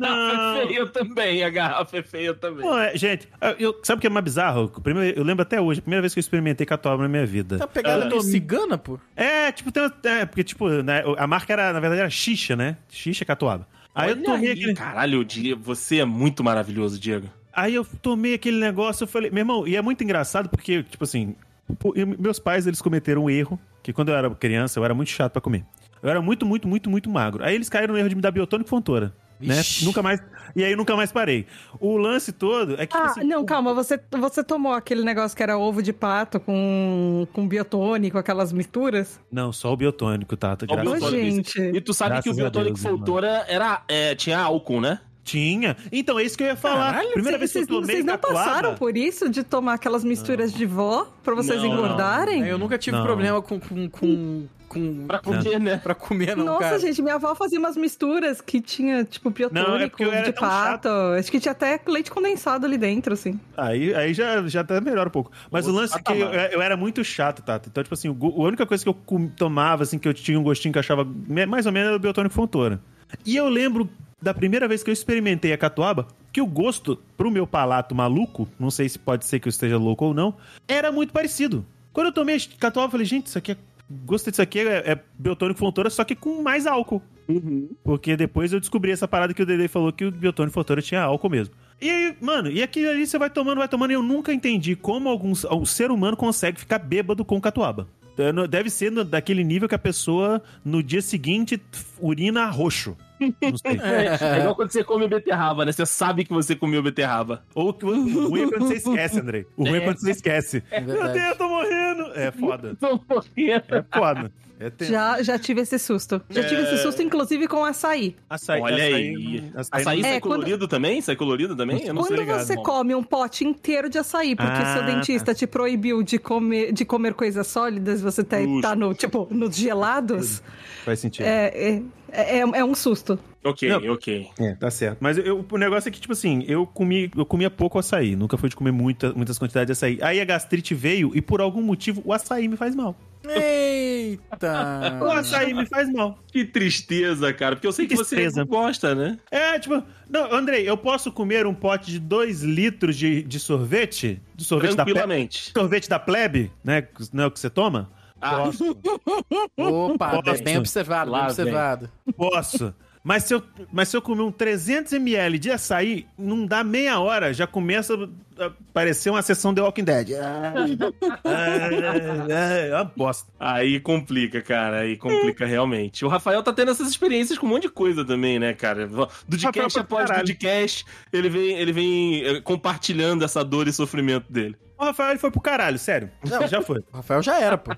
C: Não.
D: feia também, a garrafa é feia também.
C: Não, é, gente, eu, sabe o que é mais bizarro? Primeiro, eu lembro até hoje, a primeira vez que eu experimentei catuaba na minha vida.
B: Tá pegada
C: Ah.
B: meio cigana, pô.
C: É, tipo, tem uma, é, porque, tipo, né, a marca era, na verdade, era xixa, né? Xixa catuaba. Aí eu
D: Olha
C: tomei
D: aí,
C: aquele.
D: Caralho, Diego, você é muito maravilhoso, Diego.
C: Aí eu tomei aquele negócio, eu falei, meu irmão, e é muito engraçado porque, tipo assim, pô, eu- meus pais eles cometeram um erro, que quando eu era criança eu era muito chato pra comer. Eu era muito, muito, muito, muito magro. Aí eles caíram no erro de me dar biotônico e fontora, né?
B: Ixi.
C: Nunca mais. E aí eu nunca mais parei. O lance todo é que
E: Ah,
C: assim,
E: não, calma, você, você tomou aquele negócio que era ovo de pato com, com biotônico, aquelas misturas?
C: não, só o biotônico, tá, tá
D: Só o
C: graças a
E: Ô,
D: biotônico.
C: Deus.
D: E
E: gente.
D: tu sabe
C: Graças
D: que o
C: a
D: biotônico
C: Deus, irmão.
D: Fontoura era, é, tinha álcool, né?
C: Tinha. Então é isso que eu ia falar. Primeira vez que eu
E: vocês,
C: tomei
E: vocês não
C: catuaba-
E: passaram por isso de tomar aquelas misturas de vó pra vocês
D: Não,
E: engordarem?
B: É, Eu nunca tive
C: Não.
B: problema com. com, com, com
D: Pra comer, né?
B: pra
C: [laughs]
B: comer, não,
E: Nossa,
B: cara.
E: gente, minha avó fazia umas misturas que tinha, tipo,
C: Não, é porque
E: biotônico,
C: eu
E: ovo
C: era
E: de
C: tão
E: pato. Acho que tinha até leite condensado ali dentro, assim.
C: Aí, aí já, já tá melhor um pouco. Mas
D: Outro
C: o lance é que eu,
D: patamar.
C: eu era muito chato, Tata. Então, tipo assim, o go- a única coisa que eu com- tomava, assim, que eu tinha um gostinho que eu achava me- mais ou menos era o Biotônico Fontoura. E eu lembro da primeira vez que eu experimentei a catuaba, que o gosto pro meu palato maluco, não sei se pode ser que eu esteja louco ou não, era muito parecido. Quando eu tomei a catuaba, eu falei, gente, isso aqui é... Gosto disso aqui é, é Biotônico Fontoura, só que com mais álcool. Porque depois eu descobri essa parada que o Dede falou que o Biotônico Fontoura tinha álcool mesmo. E aí, mano, e aquilo ali você vai tomando, vai tomando, e eu nunca entendi como alguns, um ser humano consegue ficar bêbado com catuaba. É, no- Deve ser no- daquele nível que a pessoa, no dia seguinte, f- urina roxo. Não sei.
D: É igual quando você come beterraba, né? Você sabe que você comeu beterraba.
C: Ou que- o ruim é quando você esquece, Andrei. O ruim é quando você esquece.
B: É
C: Meu
B: verdade.
C: Deus, eu tô morrendo! É foda.
E: um
D: Tô morrendo.
C: É foda. É tenso.
E: Já, já tive esse susto. Já tive
C: É.
E: esse susto, inclusive, com açaí.
C: Açaí,
D: Olha
C: açaí
D: aí.
C: não- açaí
D: Açaí
C: não-
E: É,
D: sai
E: quando-
D: colorido também? Sai colorido também? Eu não
E: Quando
D: sei. ligado.
E: você come um pote inteiro de açaí, porque
C: Ah,
E: seu dentista te proibiu de comer, de comer coisas sólidas, você tá,
D: Justo.
E: tá no, tipo, nos gelados,
C: Faz sentido.
E: é, é, é, é um susto.
D: Ok,
C: Não.
D: ok.
C: É, tá certo. Mas eu- o negócio é que, tipo assim, eu, comi, eu comia pouco açaí. Nunca fui de comer muita, muitas quantidades de açaí. Aí a gastrite veio e, por algum motivo, o açaí me faz mal. O
B: Eita!
C: açaí me faz mal.
D: Que tristeza, cara. Porque eu sei que você
C: Tristeza.
D: gosta, né?
C: É, tipo... Não, Andrei, eu posso comer um pote de 2 litros de, de sorvete? De sorvete da plebe?
D: Tranquilamente.
C: Sorvete da plebe, né? Não é o que você toma?
D: Ah.
C: Posso.
B: Opa, bem,
C: Nossa.
B: bem observado,
D: Lá
B: bem observado.
C: Posso. Mas se, eu, mas se eu comer um 300ml de açaí, não dá meia hora, já começa a aparecer uma sessão The
B: [laughs]
C: Walking Dead. Ah, ah, ah, é uma bosta.
D: Aí complica, cara. Aí complica
C: É.
D: realmente. O Rafael tá tendo essas experiências com um monte de coisa também, né, cara? Do de
C: Rafael
D: cash
C: pra
D: após do
C: caralho.
D: de cash, ele vem, ele vem eh, compartilhando essa dor e sofrimento dele.
C: O Rafael ele foi pro caralho, sério.
B: Não.
C: Já foi.
B: O Rafael já era, pô.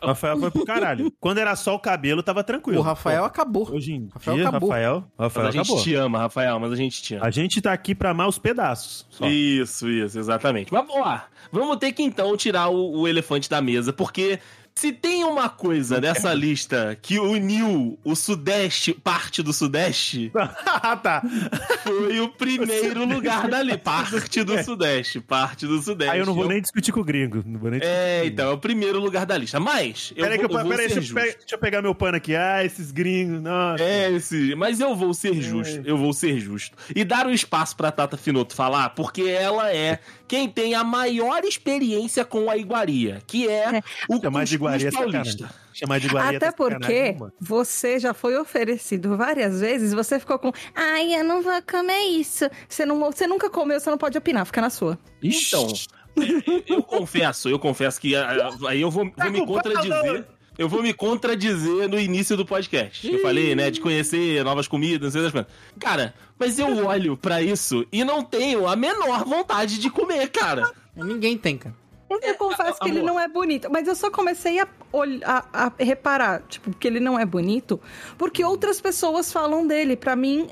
C: O Rafael foi pro caralho. Quando era só o cabelo, tava tranquilo.
B: O Rafael acabou.
C: Hoje em
B: Rafael
C: dia,
B: acabou.
C: Rafael,
D: Mas
C: Rafael
D: a gente
C: acabou.
D: te ama, Rafael, mas a gente te ama.
C: A gente tá aqui pra amar os pedaços. só.
D: Isso, isso, exatamente. Mas vamos lá. Vamos ter que então tirar o, o elefante da mesa, porque se tem uma coisa nessa lista que uniu o Sudeste, parte
C: [laughs]
D: do Sudeste,
C: Ah, [laughs] tá.
D: foi o primeiro lugar dali. Parte do Sudeste, parte do Sudeste.
C: Aí eu não vou nem discutir com o gringo. Não vou nem discutir com o
D: É,
C: gringo.
D: então, é o primeiro lugar da lista. Mas,
C: Tipo assim.
D: eu
C: Peraí, que
D: vou,
C: eu,
D: eu vou
C: peraí,
D: ser
C: deixa, eu-
D: justo.
C: peraí, deixa eu pegar meu pano aqui. Ah, esses gringos, nossa.
D: É, esse, mas eu vou
C: É.
D: ser justo, eu vou ser justo. E dar o espaço pra Tata Finoto falar, porque ela é quem tem a maior experiência com a iguaria, que é o
C: Chamar de iguaria é
D: cuscuz
C: sacanagem.
D: paulista.
C: Chamar de iguaria
E: Até
C: tá sacanagem,
E: porque
C: mano.
E: você já foi oferecido várias vezes, você ficou com, ai, eu não vou comer isso. Você, não, você nunca comeu, você não pode opinar, fica na sua.
D: Então, [laughs] eu confesso, eu confesso que ah, ah, aí eu vou,
E: Tá
D: vou me contradizer. Eu vou me contradizer no início do podcast. Eu falei, né, de conhecer novas comidas, não sei das coisas. Cara, mas eu olho pra isso e não tenho a menor vontade de comer, cara.
B: Ninguém tem, cara.
E: Eu confesso que ele
D: amor.
E: não é bonito, mas eu só comecei a, olh- a- a reparar, tipo, que ele não é bonito,
C: Hum.
E: porque outras pessoas falam dele. Pra mim,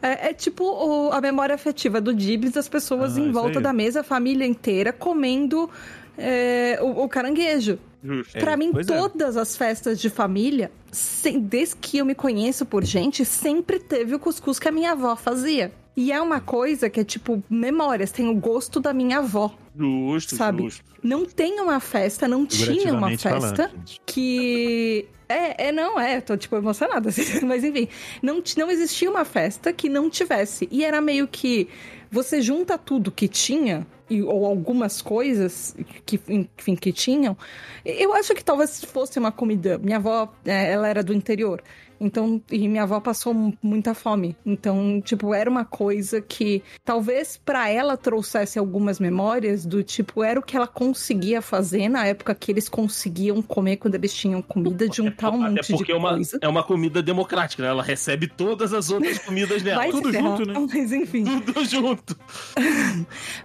E: é, é tipo o- a memória afetiva do Dibs, das pessoas
C: Ah,
E: em
C: isso
E: volta
C: aí.
E: da mesa, a família inteira, comendo é, o, o caranguejo.
D: Justo.
E: Pra mim,
C: pois é.
E: todas as festas de família, sem- desde que eu me conheço por gente, sempre teve o cuscuz que a minha avó fazia. E é uma coisa que é tipo memórias, tem o gosto da minha avó.
D: Justo,
E: Sabe?
D: justo.
E: Não tem uma festa, não tinha uma
C: Figurativamente
E: festa
C: falando, gente.
E: que. É, é, não, é, tô tipo emocionada, [laughs] assim, mas enfim. Não, ti- não existia uma festa que não tivesse. E era meio que você junta tudo que tinha, e- ou algumas coisas que, enfim, que tinham. Eu acho que talvez fosse uma comida. Minha avó, é, ela era do interior. Então, e minha avó passou mu- muita fome. Então, tipo, era uma coisa que talvez pra ela trouxesse algumas memórias do tipo, era o que ela conseguia fazer na época que eles conseguiam comer quando eles tinham comida, juntar um
D: Até
E: monte de
D: porque é uma,
E: coisa.
D: é uma comida democrática, né? Ela recebe todas as outras comidas dela.
E: Vai se
D: tudo
E: ferrar,
D: junto, né?
E: [laughs] Mas enfim.
D: Tudo junto.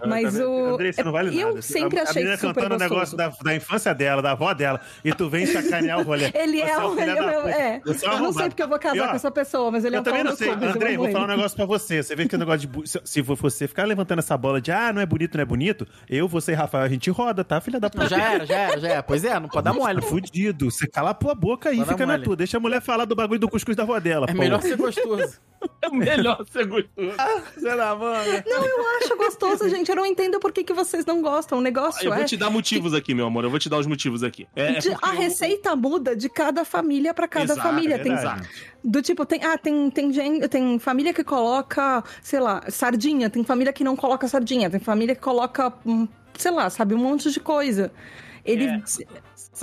E: Mas
C: Tá vendo?
E: o- é
C: Andrei, você não vale
E: eu
C: nada. assim,
E: sempre
C: a,
E: achei
C: A menina
E: super
C: cantando o negócio
E: gostoso.
C: da, da infância dela, da avó dela, e tu vem sacanear o rolê.
E: [laughs] Ele
C: Você
E: é
C: um
E: o.
C: filho
E: ele
C: da
E: é o-
C: puta.
E: é.
C: Você é um
E: Eu não sei
C: arrombado.
E: porque eu vou
C: E, ó,
E: casar com essa pessoa, mas ele é
C: Eu
E: um
C: também
E: pau
C: não
E: no
C: sei.
E: cu, mas eu
C: Andrei,
E: amo
C: vou falar um
E: ele.
C: negócio pra você. Você vê que o negócio de. bu- Se se você ficar levantando essa bola de ah, não é bonito, não é bonito, eu, você e Rafael, a gente roda, tá, filha da puta?
B: Já era, já era, já era. Pois é, não pode dar mole.
C: Tá fudido. Você cala a tua boca aí,
B: Vai dar
C: fica na
B: mole.
C: tua. Deixa a mulher falar do bagulho do cuscuz da avó dela.
B: É
C: pô.
B: melhor ser gostoso. É
D: É melhor [laughs] ser gostoso.
E: Ah,
B: Sei lá, mano.
E: Não, eu acho gostoso, gente. Eu não entendo por que, que vocês não gostam. O negócio
D: Ah, Eu
E: é.
D: vou te dar motivos aqui, meu amor. Eu vou te dar os motivos aqui. É, é
E: de-
D: porque
E: a
D: eu-
E: receita muda de cada família pra cada
D: Exato,
E: família.
C: é
E: Tem,
C: verdade.
E: do tipo, tem, ah, tem, tem, gente, tem família que coloca, sei lá, sardinha, tem família que não coloca sardinha, tem família que coloca, hum, sei lá, sabe, um monte de coisa. Ele,
D: É. Sabe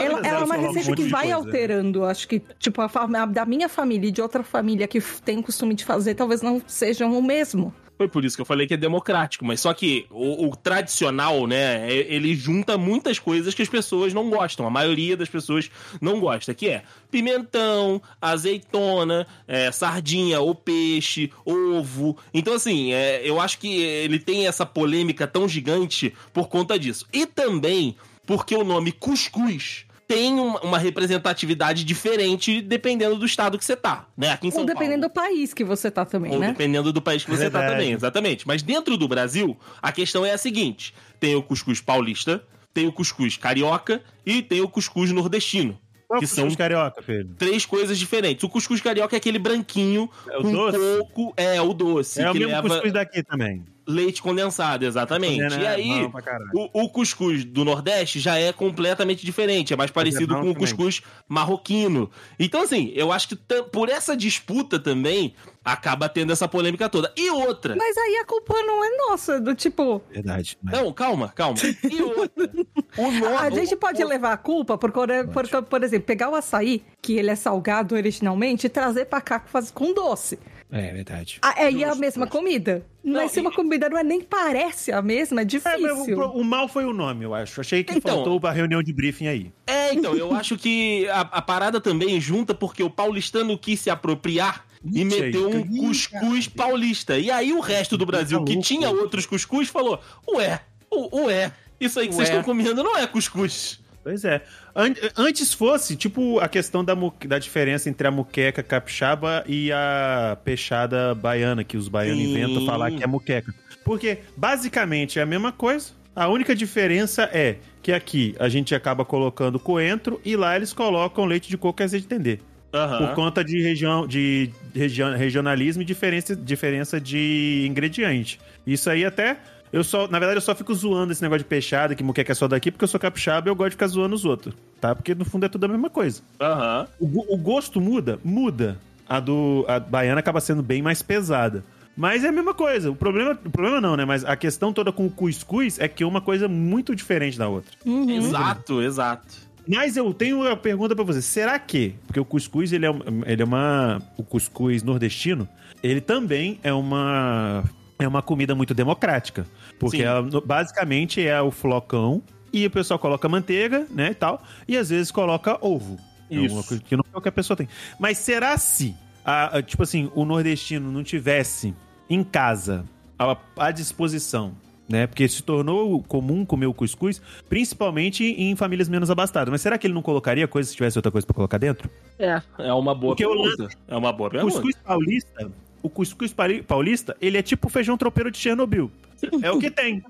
E: ela,
D: que-
E: ela é
C: coloca
E: uma
C: um
E: receita
C: monte
E: que
C: de
E: vai
D: né?
C: coisa,
E: alterando. Acho que, tipo, a, fam- a da minha família e de outra família que f- tem costume de fazer, talvez não sejam o mesmo.
D: Foi por isso que eu falei que é democrático, mas só que o, o tradicional, né, é- ele junta muitas coisas que as pessoas não gostam. A maioria das pessoas não gosta, que é pimentão, azeitona, é, sardinha ou peixe, ovo. Então, assim, é, eu acho que ele tem essa polêmica tão gigante por conta disso. E também porque o nome cuscuz tem um- uma representatividade diferente dependendo do estado que você tá, né? Aqui em São
E: Ou dependendo
D: Paulo.
E: do país que você tá também,
D: Ou
E: né?
D: dependendo do país que você está
C: Verdade.
D: também, exatamente. Mas dentro do Brasil, a questão é a seguinte: tem o cuscuz paulista, tem o cuscuz carioca e tem o cuscuz nordestino.
C: Qual é o
D: que
C: cuscuz
D: são
C: carioca, filho.
D: três coisas diferentes. O cuscuz carioca é aquele branquinho
C: É o
D: com
C: doce?
D: coco, é o doce,
C: É o
D: que
C: mesmo
D: leva
C: cuscuz daqui também.
D: leite condensado, exatamente.
C: Né, né?
D: E aí,
C: Bom pra caralho.
D: o, o cuscuz do Nordeste já é completamente diferente, é mais parecido
C: bom
D: com o
C: também.
D: cuscuz marroquino. Então, assim, eu acho que tam- por essa disputa também acaba tendo essa polêmica toda. E outra.
E: Mas aí a culpa não é nossa, do tipo,
C: Verdade. mas-
D: Não, calma, calma. E outra. O nome.
E: Ah, A gente pode
D: o-
E: levar a culpa por, por, por, por exemplo, pegar o açaí, que ele é salgado originalmente, e trazer pra cá faz- com doce.
D: Então,
C: É verdade.
E: Ah, É, e é a mesma comida.
D: Não,
E: Mas se
D: e-
E: uma comida não é nem parece a mesma, é
C: É, mas
E: difícil.
C: o, o mal foi o nome, eu acho. Achei que
D: Então.
C: faltou a reunião de briefing aí.
D: É, então, eu acho que a, a parada também junta porque o paulistano quis se apropriar e
C: Ih,
D: meteu um
C: gente,
D: cuscuz paulista. E aí o resto do Brasil, que
C: Tá louco.
D: tinha outros cuscuz, falou: Ué, u- ué, isso aí que vocês
B: Ué.
D: estão comendo não é cuscuz.
C: Pois é. An- antes fosse, tipo, a questão da, mu- da diferença entre a muqueca capixaba e a peixada baiana, que os baianos
D: Sim.
C: inventam falar que é muqueca. Porque, basicamente, é a mesma coisa. A única diferença é que aqui a gente acaba colocando coentro e lá eles colocam leite de coco e azeite de dendê. Por
D: Aham.
C: conta de, região, de região, regionalismo e diferença, diferença de ingrediente. Isso aí até. Eu só, na verdade, eu só fico zoando esse negócio de peixada, que muqueca é só daqui, porque eu sou capixaba e eu gosto de ficar zoando os outros, tá? Porque no fundo é tudo a mesma coisa.
D: Aham.
C: O, go- o gosto muda? Muda. A do a baiana acaba sendo bem mais pesada. Mas é a mesma coisa. O problema, o problema não, né? Mas a questão toda com o cuscuz é que é uma coisa muito diferente da outra.
E: Uhum.
D: Exato, exato.
C: Mas eu tenho uma pergunta pra você. Será que? Porque o cuscuz, ele é, um- ele é uma. O cuscuz nordestino, ele também é uma. É uma comida muito democrática. Porque
D: Sim.
C: ela, no- basicamente é o flocão e o pessoal coloca manteiga, né, e tal. E às vezes coloca ovo. É
D: Isso.
C: alguma coisa que não qualquer pessoa tem. Mas será se, a- a- tipo assim, o nordestino não tivesse em casa a- à disposição né? Porque se tornou comum comer o cuscuz, principalmente em famílias menos abastadas. Mas será que ele não colocaria coisa se tivesse outra coisa pra colocar dentro?
D: É, é uma boa
C: Porque o
D: pergunta. É uma boa
C: O
D: pergunta.
C: cuscuz paulista, o cuscuz pari- paulista, ele é tipo o feijão tropeiro de Chernobyl. É o que tem.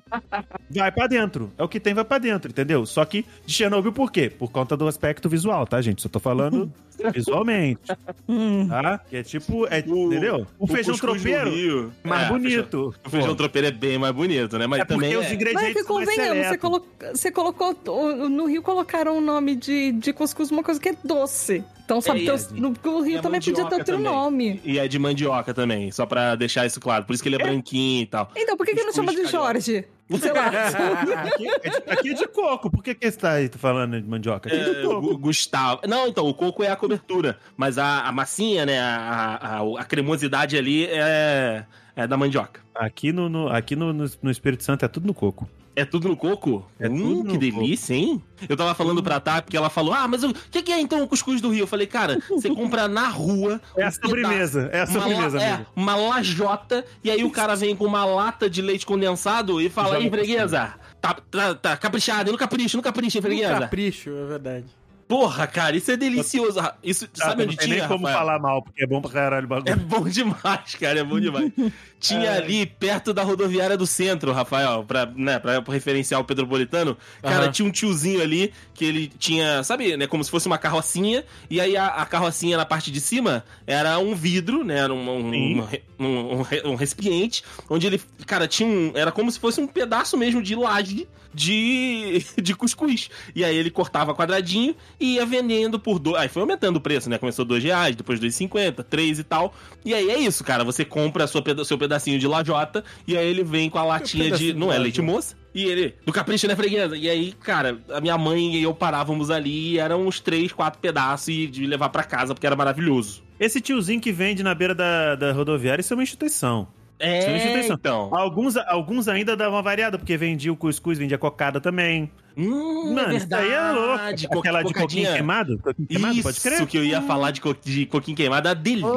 C: Vai pra dentro. É o que tem, vai pra dentro, entendeu? Só que de Chernobyl por quê? Por conta do aspecto visual, tá, gente? Só tô
E: [laughs]
C: falando visualmente,
E: Hum.
C: tá? Que é tipo, é,
D: O-
C: entendeu? O, feijão
D: cuscuz do
C: tropeiro
D: Rio.
C: é mais
D: É,
C: bonito.
D: O feijão tropeiro é bem mais bonito, né? Mas
C: É
D: também
C: porque os
D: é-
C: ingredientes
E: Mas que
C: são mais
E: convenhamos, você,
C: seletos.
E: colo- você colocou. o- No Rio colocaram o nome de, de cuscuz, uma coisa que é doce. Então, sabe,
D: É,
E: ter
D: é,
E: os- no, o Rio
D: é
E: também podia ter
D: mandioca
E: outro
D: também.
E: nome.
D: E é de mandioca também, só pra deixar isso claro. Por isso que ele é, branquinho e tal.
E: Então, por que, que não
D: Cuscuz
E: chama de
D: carioca.
E: Jorge? Sei lá.
C: Aqui é, de, aqui é de coco. Por que que você tá aí falando de mandioca? Aqui é de
D: É, o
C: coco.
D: Gu- Gustavo. Não, então, o coco é a cobertura. Mas a, a massinha, né? A, a, a- a cremosidade ali é, é da mandioca.
C: Aqui, no, no- aqui no, no, no Espírito Santo é tudo no coco.
D: É tudo no coco?
C: É
D: hum,
C: tudo no
D: que delícia, hein? Eu tava falando pra Tap que ela falou: Ah, mas o que, que é então o cuscuz do Rio? Eu falei, cara, você compra na rua.
C: É
D: um
C: a sobremesa. É a
D: pedaço, Uma,
C: sobremesa,
D: la- é,
C: amigo.
D: uma lajota, e aí o cara vem com uma lata de leite condensado e fala:
C: Joga
D: Ei,
C: por cima."
D: freguesa, tá, tá, tá caprichado, no capricho, no capricho, hein,
B: Um
D: freguesa.
B: capricho, é verdade.
D: Porra, cara, isso é delicioso. Ra- Isso, é,
C: não
D: sabe
C: tem
D: onde Tá, tinha?
C: nem como
D: Rafael?
C: falar mal, porque é bom pra caralho o
D: [laughs] É
C: bagulho.
D: bom demais, cara, é bom demais. Tinha ali, perto da rodoviária do centro, Rafael, pra, né, pra referenciar o Petropolitano, cara,
B: Aham.
D: tinha um tiozinho ali que ele tinha, sabe, né, como se fosse uma carrocinha, e aí a, a carrocinha na parte de cima era um vidro, né, era um, um,
C: Sim.
D: um re- um- um re- um recipiente, onde ele, cara, tinha um, era como se fosse um pedaço mesmo de laje de, [laughs] de cuscuz. E aí ele cortava quadradinho e ia vendendo por dois. Aí foi aumentando o preço, né? Começou dois reais, depois dois cinquenta, três e tal. E aí é isso, cara. Você compra a sua peda- seu pedacinho de lajota e aí ele vem com a latinha de.
B: pedacinho de
D: Não é
B: lajota?
D: leite moça? E ele, do capricho, né, freguesa? E aí, cara, a minha mãe e eu parávamos ali e eram uns três, quatro pedaços e de levar pra casa porque era maravilhoso.
C: Esse tiozinho que vende na beira da, da rodoviária, isso é uma instituição. Isso é uma
D: É,
C: instituição.
D: então.
C: Alguns, alguns ainda davam uma variada, porque vendia o cuscuz, vendia cocada também.
D: Hum,
C: Mano,
D: é
C: isso aí é
D: verdade.
C: louco.
D: Co-
C: Aquela de coquinho
D: cocadinha.
C: queimado? Coquinho queimado,
D: Isso
C: pode crer?
D: que eu ia falar de, co de coquinho queimado, a delícia,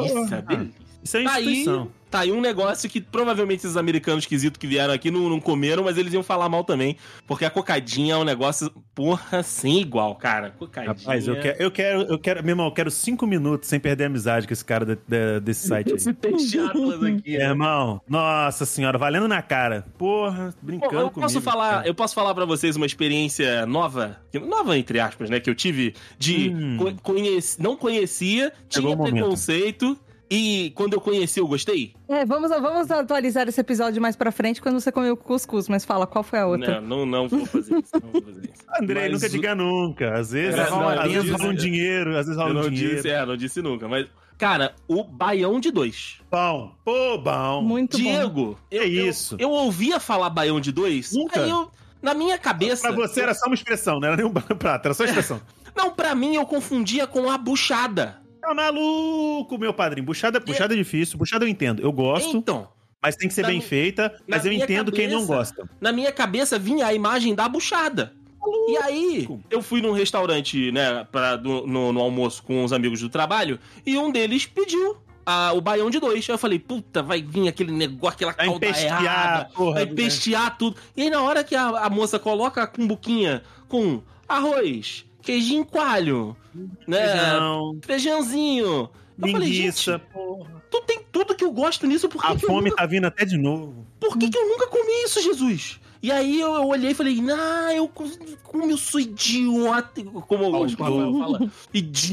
C: Porra.
D: delícia.
C: Isso é
D: Tá aí,
C: instituição.
D: tá aí um negócio que provavelmente esses americanos esquisitos que vieram aqui não, não comeram, mas eles iam falar mal também. Porque a cocadinha é um negócio, porra, sem igual, cara. Cocadinha.
C: Rapaz, eu quero, eu quero, eu quero, meu irmão, eu quero cinco minutos sem perder a amizade com esse cara da- da- desse site aí.
D: Esse peixe Atlas aqui.
C: Meu irmão, nossa senhora, valendo na cara. Porra,
D: Bom, [laughs]
C: brincando
D: eu
C: comigo.
D: posso falar,
C: cara.
D: eu posso falar para vocês uma experiência nova, que- nova entre aspas, né, que eu tive de
C: Hum.
D: co- conheci- não conhecia,
C: Chegou
D: tinha
C: o momento.
D: preconceito e quando eu conheci eu gostei.
E: É, vamos, vamos atualizar esse episódio mais pra frente quando você comer o cuscuz, mas fala, qual foi a outra?
D: Não, não, não vou fazer isso, não vou fazer
C: [laughs]
D: isso.
C: Andrei,
D: Mas
C: nunca
D: o-
C: diga nunca. Às vezes,
D: Não,
C: rola-
D: eu
C: às vezes
D: disse-
C: rola um dinheiro, às vezes
D: né? Eu
C: rola um
D: não
C: dinheiro.
D: disse, é, não disse nunca, mas cara, o baião de dois.
C: Bom, pô, bom.
E: Muito bom.
D: Diego, eu,
C: É
D: eu-
C: isso.
D: Eu, ouvia falar baião de dois,
C: Nunca.
D: aí eu na minha cabeça,
C: Pra você era só uma expressão, não era nenhum [laughs] prato, era só
D: [laughs]
C: expressão.
D: não, pra mim eu confundia com a buchada.
C: Tá maluco, meu padrinho. Buchada, buchada é difícil, buchada eu entendo. Eu gosto,
D: Então,
C: mas tem que ser
D: na
C: bem
D: mi-
C: feita, mas
D: na
C: eu
D: minha
C: entendo quem não
D: cabeça-
C: gosta.
D: na minha cabeça vinha a imagem da buchada. E aí, eu fui num restaurante, né, pra, no, no- no almoço com os amigos do trabalho, e um deles pediu a- o baião de dois. Aí eu falei, puta, vai vir aquele negócio, aquela
C: Vai
D: calda errada,
C: empestear, porra. né?
D: vai empestear tudo. E aí, na hora que a, a moça coloca a cumbuquinha com arroz, queijinho coalho, né,
C: Não,
D: feijãozinho... Eu falei,
C: linguiça.
D: gente, tu tem tudo que eu gosto nisso, por que
C: A
D: que eu
C: fome
D: nunca-
C: tá vindo até de novo.
D: por que, que eu nunca comi isso, Jesus? E aí eu, eu olhei e falei, ah, eu co- como eu sou idiota. Como o Rafael fala,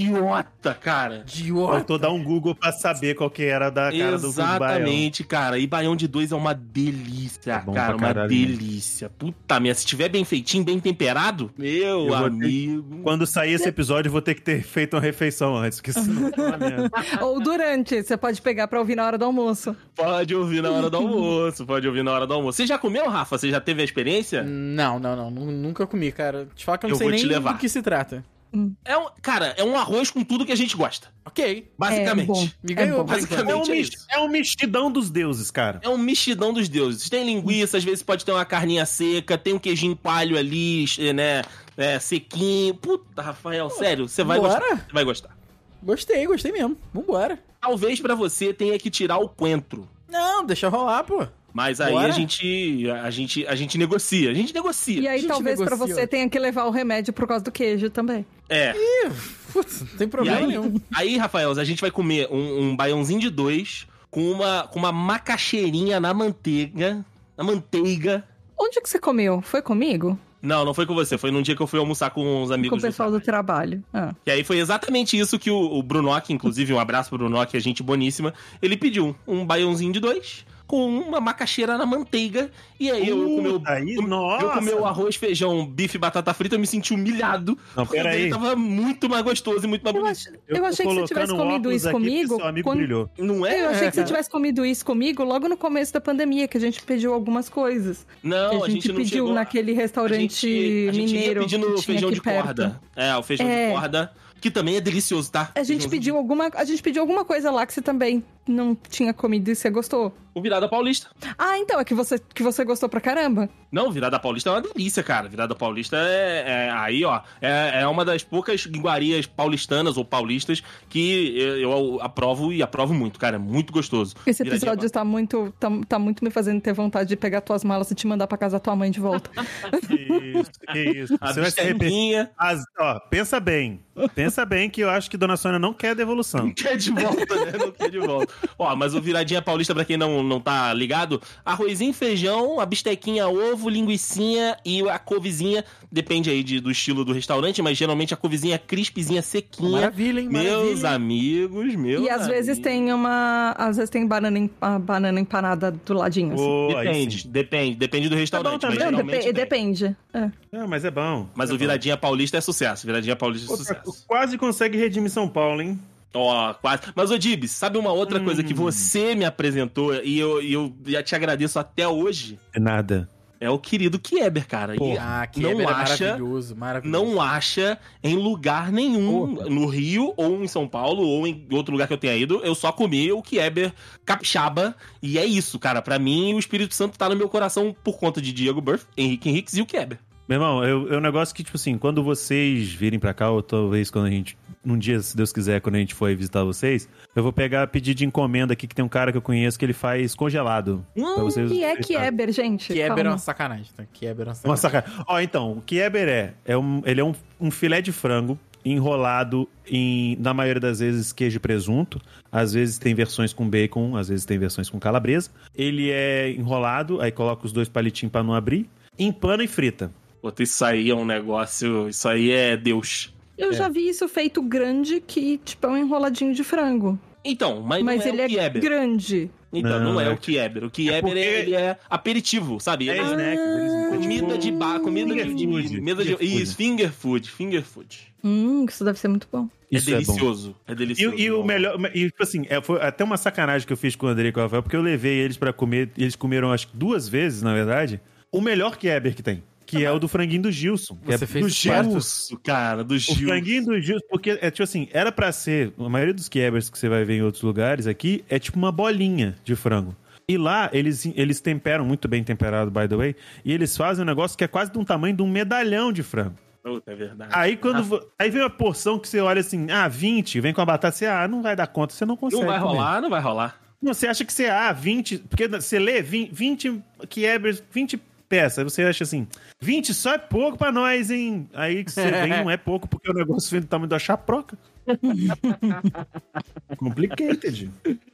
D: idiota, cara.
B: Idiota.
C: Faltou dar um Google pra saber qual que era da cara do Baião.
D: Exatamente, cara. E baião de dois é uma delícia,
C: É bom
D: cara.
C: pra
D: Uma
C: caralho, né?
D: delícia. Puta merda, se tiver bem feitinho, bem temperado, meu
C: Eu vou ter-
D: amigo.
C: Quando sair esse episódio, eu vou ter que ter feito uma refeição antes, que senão tá uma merda.
E: Ah, Ou durante, você pode pegar pra ouvir na hora do almoço.
D: Pode ouvir na hora do almoço, pode ouvir na hora do almoço. Você já comeu, Rafa? Você já teve a experiência?
B: Não, não, não. nu- Nunca comi, cara. Te falo que eu não
D: Eu
B: sei
D: vou te
B: nem
D: levar.
B: do que se trata.
D: É um, cara, é um arroz com tudo que a gente gosta.
B: Ok.
E: É bom.
D: Basicamente.
B: Me
E: É
B: ganhou.
E: bom.
B: por enquanto.
C: É
D: Basicamente
C: um,
D: [laughs] é
C: mis-
D: isso.
C: é um mexidão dos deuses, cara.
D: É um mexidão dos deuses. Tem linguiça, às vezes pode ter uma carninha seca, tem um queijinho palho ali, né? é, sequinho. Puta, Rafael, sério, você vai
B: bora.
D: gostar. Você vai gostar.
B: Gostei, gostei mesmo. Vambora.
D: Talvez pra você tenha que tirar o coentro.
B: Não, deixa rolar, pô.
D: Mas aí
B: Bora.
D: a gente, a, gente, a gente negocia. A gente negocia.
E: E aí
B: gente
E: talvez pra
B: negocia.
E: você tenha que levar o remédio por causa do queijo também.
D: É.
B: Putz, não tem
D: E
B: problema
D: aí,
B: nenhum.
D: aí, Rafael, a gente vai comer um, um baiãozinho de dois com uma, com uma macaxeirinha na manteiga. Na manteiga.
E: Onde que você comeu? Foi comigo?
D: Não, não foi com você. Foi num dia que eu fui almoçar com uns amigos.
E: Com o pessoal
D: do
E: do trabalho. Ah.
D: E aí foi exatamente isso que o, o Brunock, inclusive, um abraço pro Brunock, a gente boníssima, ele pediu um, um baiãozinho de dois com uma macaxeira na manteiga. E aí eu, com meu,
C: Aí,
D: eu,
C: nossa.
D: eu com meu arroz, feijão, bife, batata frita, eu me senti humilhado.
C: Não,
D: porque
C: peraí.
D: ele tava muito mais gostoso e muito mais
E: Eu,
D: bonito.
E: ach-
C: Eu
E: eu
C: tô
E: achei que você tivesse
C: colocando
E: comido
C: óculos
E: isso
C: aqui porque
E: comigo.
C: Seu amigo
E: quando-
C: brilhou.
E: [laughs]
D: Não é?
E: Eu achei que você tivesse comido isso comigo logo no começo da pandemia, que a gente pediu algumas coisas.
D: Não,
E: que a gente,
D: não
E: pediu
D: chegou a-
E: naquele
D: a
E: restaurante
D: gente- a gente ia
E: mineiro.
D: pedindo
E: que tinha
D: feijão
E: aqui
D: de
E: perto.
D: corda. É, o feijão
E: É.
D: de corda, que também é delicioso, tá?
E: A gente
D: Feijãozinho
E: pediu alguma, a gente pediu alguma coisa lá que você também não tinha comido e você gostou.
D: de- O virada paulista.
E: Ah, então é que você que você gostou pra caramba.
D: Não, virada paulista é uma delícia, cara. Virada paulista é, é- aí, ó, é, é uma das poucas iguarias paulistanas ou paulistas que eu, eu aprovo e aprovo muito, cara. É muito gostoso.
E: Esse
D: Viradinha
E: episódio tá muito tá, tá muito me fazendo ter vontade de pegar tuas malas e te mandar pra casa da tua mãe
D: [laughs]
E: de volta.
C: Que isso, que isso.
E: é
D: A
C: Você vai se arrepender.
D: bistecinha
C: As- ó, pensa bem. Pensa bem que eu acho que Dona Sônia não quer devolução.
D: [laughs] quer de volta, né? Não quer de volta. Ó, mas o viradinha paulista, pra quem não, não tá ligado, arrozinho, feijão, a bistequinha, ovo, linguiçinha e a couvezinha. Depende aí de- do estilo do restaurante, mas geralmente a couvezinha é crispzinha, sequinha.
B: Maravilha, hein?
D: um Meus
B: Maravilha.
D: amigos, meus
E: e às vezes
D: amigos.
E: tem uma, às vezes tem banana, em- a banana empanada do ladinho. assim.
C: Pô, aí
D: Depende,
C: sim.
D: depende, depende do restaurante.
C: Tá bom também,
D: mas
E: Não,
D: geralmente
E: depe-
D: tem.
E: depende. É.
C: Não, mas é bom.
D: Mas
C: É
D: o
C: bom.
D: Viradinha Paulista é sucesso. Viradinha Paulista é
C: Outra-
D: sucesso.
C: quase consegue redimir São Paulo, hein?
D: Ó, quase. Mas, ô Dibs, sabe uma outra coisa que você me apresentou e eu, e eu já te agradeço até hoje?
C: É nada.
D: É o querido Kieber, cara. E
B: Ah, que
D: Não
B: Weber é
D: acha-
B: maravilhoso, maravilhoso.
D: não acha em lugar nenhum, no Rio, ou em São Paulo, ou em outro lugar que eu tenha ido. Eu só comi o Kieber capixaba. E é isso, cara. Pra mim, o Espírito Santo tá no meu coração por conta de Diego Burff, Henrique Henriques e o Kieber.
C: Meu irmão, eu- é um negócio que, tipo assim, quando vocês virem pra cá, ou talvez quando a gente. Num dia, se Deus quiser, quando a gente for aí visitar vocês, eu vou pegar pedir de encomenda aqui, que tem um cara que eu conheço que ele faz congelado. pra vocês
E: E é
C: vocês
E: que é, Ber, gente.
B: Que Weber é
E: calma.
B: uma sacanagem, tá? Que Weber é uma
C: Uma
B: sacanagem.
C: sacanagem. Ó, então, o que é beré? É um, ele é um, um filé de frango enrolado em, na maioria das vezes, queijo e presunto. Às vezes tem versões com bacon, às vezes tem versões com calabresa. Ele é enrolado, aí coloca os dois palitinhos pra não abrir. Empana e frita.
D: Puta, isso aí é um negócio. Isso aí é Deus.
E: Eu
D: é.
E: já vi isso feito grande, que tipo é um enroladinho de frango.
D: Então, mas,
E: Mas
D: não é
E: ele
D: o
E: é
D: Kieber.
E: grande.
D: Então, não,
C: Não,
D: é,
C: é
D: o Kieber. O Kieber,
C: porque-
D: ele é aperitivo, sabe? Ele
C: É
D: é
C: snack.
D: comida de bar, comida de...
C: finger
D: de-
C: tipo food,
D: comida de-
C: finger food.
D: Isso, é finger food, finger food.
E: Hum, isso deve ser muito bom.
D: É
C: Isso é bom.
D: delicioso, é,
C: E,
D: delicioso.
C: e o melhor, e, tipo assim, é, foi até uma sacanagem que eu fiz com o André e com o Rafael, porque eu levei eles pra comer, e eles comeram acho que duas vezes, na verdade, o melhor que Eber que tem, que é o do franguinho do Gilson. que
B: Você
C: é
B: fez
C: do
B: certo.
C: Gilson.
D: Isso, cara, do
C: O
D: Gil.
C: franguinho do Gilson, porque é tipo assim, era pra ser, a maioria dos Kiebers que você vai ver em outros lugares aqui, é tipo uma bolinha de frango. E lá eles, eles temperam muito bem temperado, by the way, e eles fazem um negócio que é quase de um tamanho de um medalhão de frango.
D: Puta, é verdade.
C: Aí quando vo- aí vem uma porção que você olha assim, ah, 20, vem com a batata, você, ah, não vai dar conta, você não consegue.
D: não vai
C: comer.
D: rolar, não vai rolar.
C: Não, você acha que você, ah, 20. Porque você lê 20, 20 Kiebers, 20 peças. Aí você acha assim, 20 só é pouco pra nós, hein? Aí que você
D: [laughs]
C: vem, não é pouco, porque o negócio vem do tamanho da chaproca. Complicated.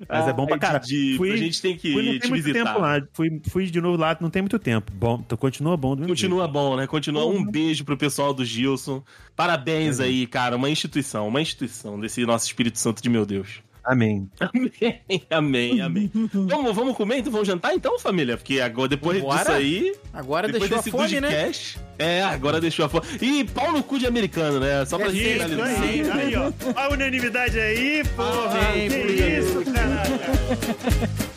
C: Mas é bom pra
D: Ai,
C: cara.
D: Didi,
C: Fui-
D: a tá, gente tem que
C: Fui, não
D: ir
C: tem
D: te
C: muito
D: visitar.
C: tempo lá. né? Fui, fui de novo lá, não tem muito tempo. Bom, então continua bom. do mesmo
D: Continua bom, né? Continua. Um beijo pro pessoal do Gilson. Parabéns aí, cara. Uma instituição, uma instituição desse nosso Espírito Santo de meu Deus.
C: jeito.
D: [laughs]
C: Amém.
D: Amém, amém, amém. vamos, vamos comer, então vamos jantar então, família? Porque agora, depois
B: Vambora.
D: disso aí.
B: Agora
D: depois
B: deixou a
D: desse
B: fome, né?
D: Dudcast, É, agora deixou a fome. Ih, pau no cu de americano, né? Só pra
B: É
D: gente
B: isso
C: Isso
D: finalizar.
C: aí, aí, ó. Olha a unanimidade aí, porra.
B: Amém,
C: que
B: Fui.
C: isso, caralho.